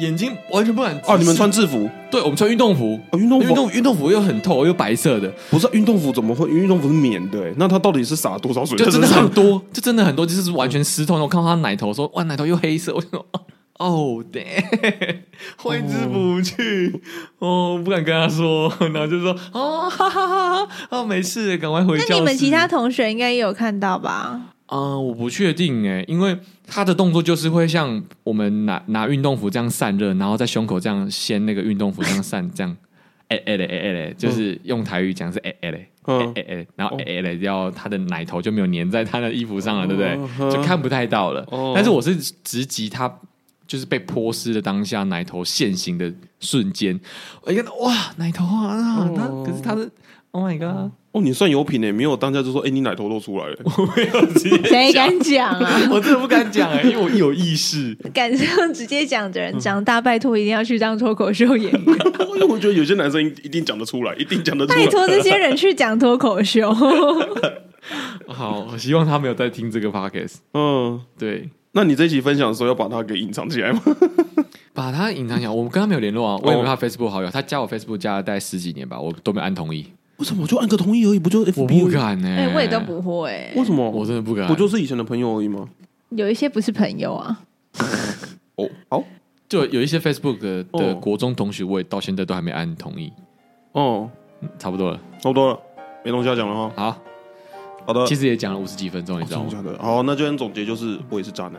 A: 眼睛完全不敢直
B: 哦，你们
A: 视
B: 穿制服
A: 对，我们穿运动服，
B: 哦，运动
A: 运
B: 服
A: 动运动服又很透又白色的，
B: 不是运动服怎么会？运动服是棉的，欸那他到底是洒了多少水？
A: 就真的
B: 上
A: 很多，就真的很多，就是完全湿透。然后我看到他奶头说，哇，奶头又黑色，我就说。哦，对，挥之不去，哦，不敢跟他说， 然后就说，哦，哈哈哈 哈，哦，没事，赶快回教室。
D: 那你们其他同学应该也有看到吧？
A: 嗯、我不确定哎，因为他的动作就是会像我们拿拿运动服这样散热，然后在胸口欸这样掀那个运动服这样散，这样哎哎嘞哎哎嘞，就是用台语讲是哎哎嘞，哎
B: 嗯，
A: 哎哎，然后哎哎了，掉他的奶头就没有粘在他的衣服上了，对不
B: 嗯
A: 对？
B: 哼
A: 就看不太到了
B: 哦。
A: 但是我是直击他就是被泼湿的当下，奶头现行的瞬间，我一看哇，奶头啊啊！他
B: 哦
A: 可是他的，Oh my god！
B: 哦，你算有品诶，没有当下就说，哎，你奶头露出来了，
D: 谁敢讲啊？
A: 我真的不敢讲哎，因为我有意识。
B: 嗯
D: 敢这样直接讲的人，长大拜托一定要去当脱口秀 演员。
B: 因为 我觉得有些男生一定讲得出来，一定讲得出来。
D: 拜托这些人去讲脱口 秀。
A: 好，我希望他没有在听这个 podcast。
B: 嗯，
A: 对，
B: 那你这一期分享的时候要把它给隐藏起来吗？
A: 把他隐藏起来，我跟他没有联络啊，我也没有他 Facebook 好友，他加我 Facebook 加了大概十几年吧，我都没有按同意，
B: 为什么我就按个同意而已，不就
A: 我
B: FB？
A: 不
B: 而已
A: 敢呢、
D: 哎、我也都，
B: 嗯
D: 不会、
B: 为什么？
A: 我真的不敢，
B: 不就是以前的朋友而已吗？
D: 有一些不是朋友啊。
B: 哦，好，
A: 就有一些 Facebook 的的
B: 哦
A: 国中同学，我也到现在都还没按同意，
B: 哦，
A: 嗯差不多了。
B: 差不多了，没东西要讲了哈。
A: 好，
B: 好的，
A: 其实也讲了五十几分钟，你知道
B: 呃哦真的
A: 吗？
B: 假的？好，那今天总结就是，我也是渣男。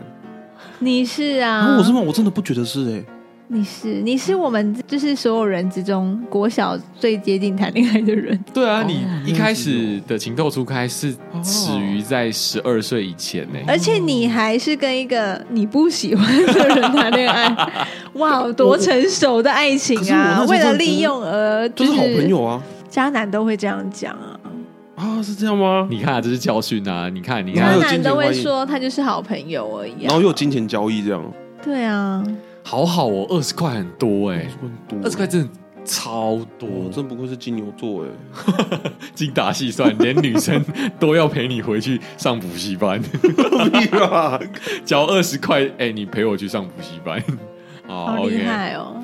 D: 你是啊，
B: 啊，我是吗？我真的不觉得是哎。
D: 你是你是我们就是所有人之中国小最接近谈恋爱的人。
A: 对啊，
B: 哦
A: 你一开始的情窦初开是始于在十二岁以前呢、
D: 而且你还是跟一个你不喜欢的人谈恋 爱，哇，多成熟的爱情
B: 可是我那时
D: 啊！
B: 候
D: 为了
B: 真的
D: 利用而
B: 就是好朋，友啊
D: 渣男都会这样讲啊，
B: 啊，是这样吗？
A: 你看、啊，这是教训啊！你看，你
B: 然
D: 渣
A: 看
B: 后，有
D: 男
B: 金钱
D: 都会
B: 观念
D: 说他就是好朋友而已、
B: 然后。
D: 啊
B: 又有金钱交易这样，
D: 对啊，
A: 好好哦，二十块很多哎、
B: 很
A: 二十
B: 多
A: 块。真的超多
B: 我，哦真不愧是金牛座 哎，
A: 精打细算，连女生都要陪你回去上补习班， 交二十块，哎、你陪我去上补习班，
D: 好
A: 好
D: 厉害哦！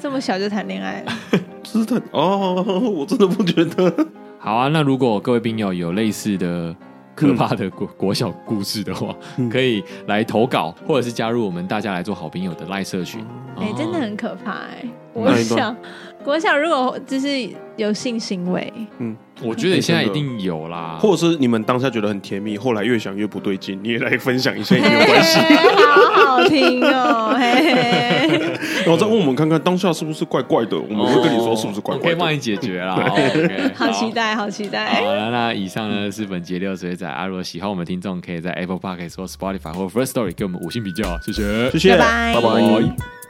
D: 这么小就谈恋爱了，
B: 是的哦，我真的不觉得。
A: 好啊，那如果各位病友有类似的可怕的国、国小故事的话，
B: 嗯
A: 可以来投稿，或者是加入我们大家来做好朋友的赖社群。
D: 哎、
A: 哦
D: 真的很可怕哎、
B: 嗯
D: 国
B: 那一段
D: 小，国小如果就是有性行为，
A: 我觉得现在一定有啦。
B: 或者是你们当下觉得很甜蜜，后来越想越不对劲，你也来分享一下也没哎 有关系，
D: 嘿好好听哦，嘿嘿。
B: 然后再问我们看看当下是不是怪怪的，我们会跟你说是不是怪
A: 哦可以
B: 怪
A: 帮
B: 的。
A: 你解决啦。OK，
D: 好期。待，好期
A: 好
D: 待！
A: 了，那以上呢是本节六水仔阿若喜欢我们听众，可以在 Apple Park、说 Spotify 或 First Story 给我们五星评价，谢谢。
B: 谢谢，
D: 拜拜
B: 拜拜。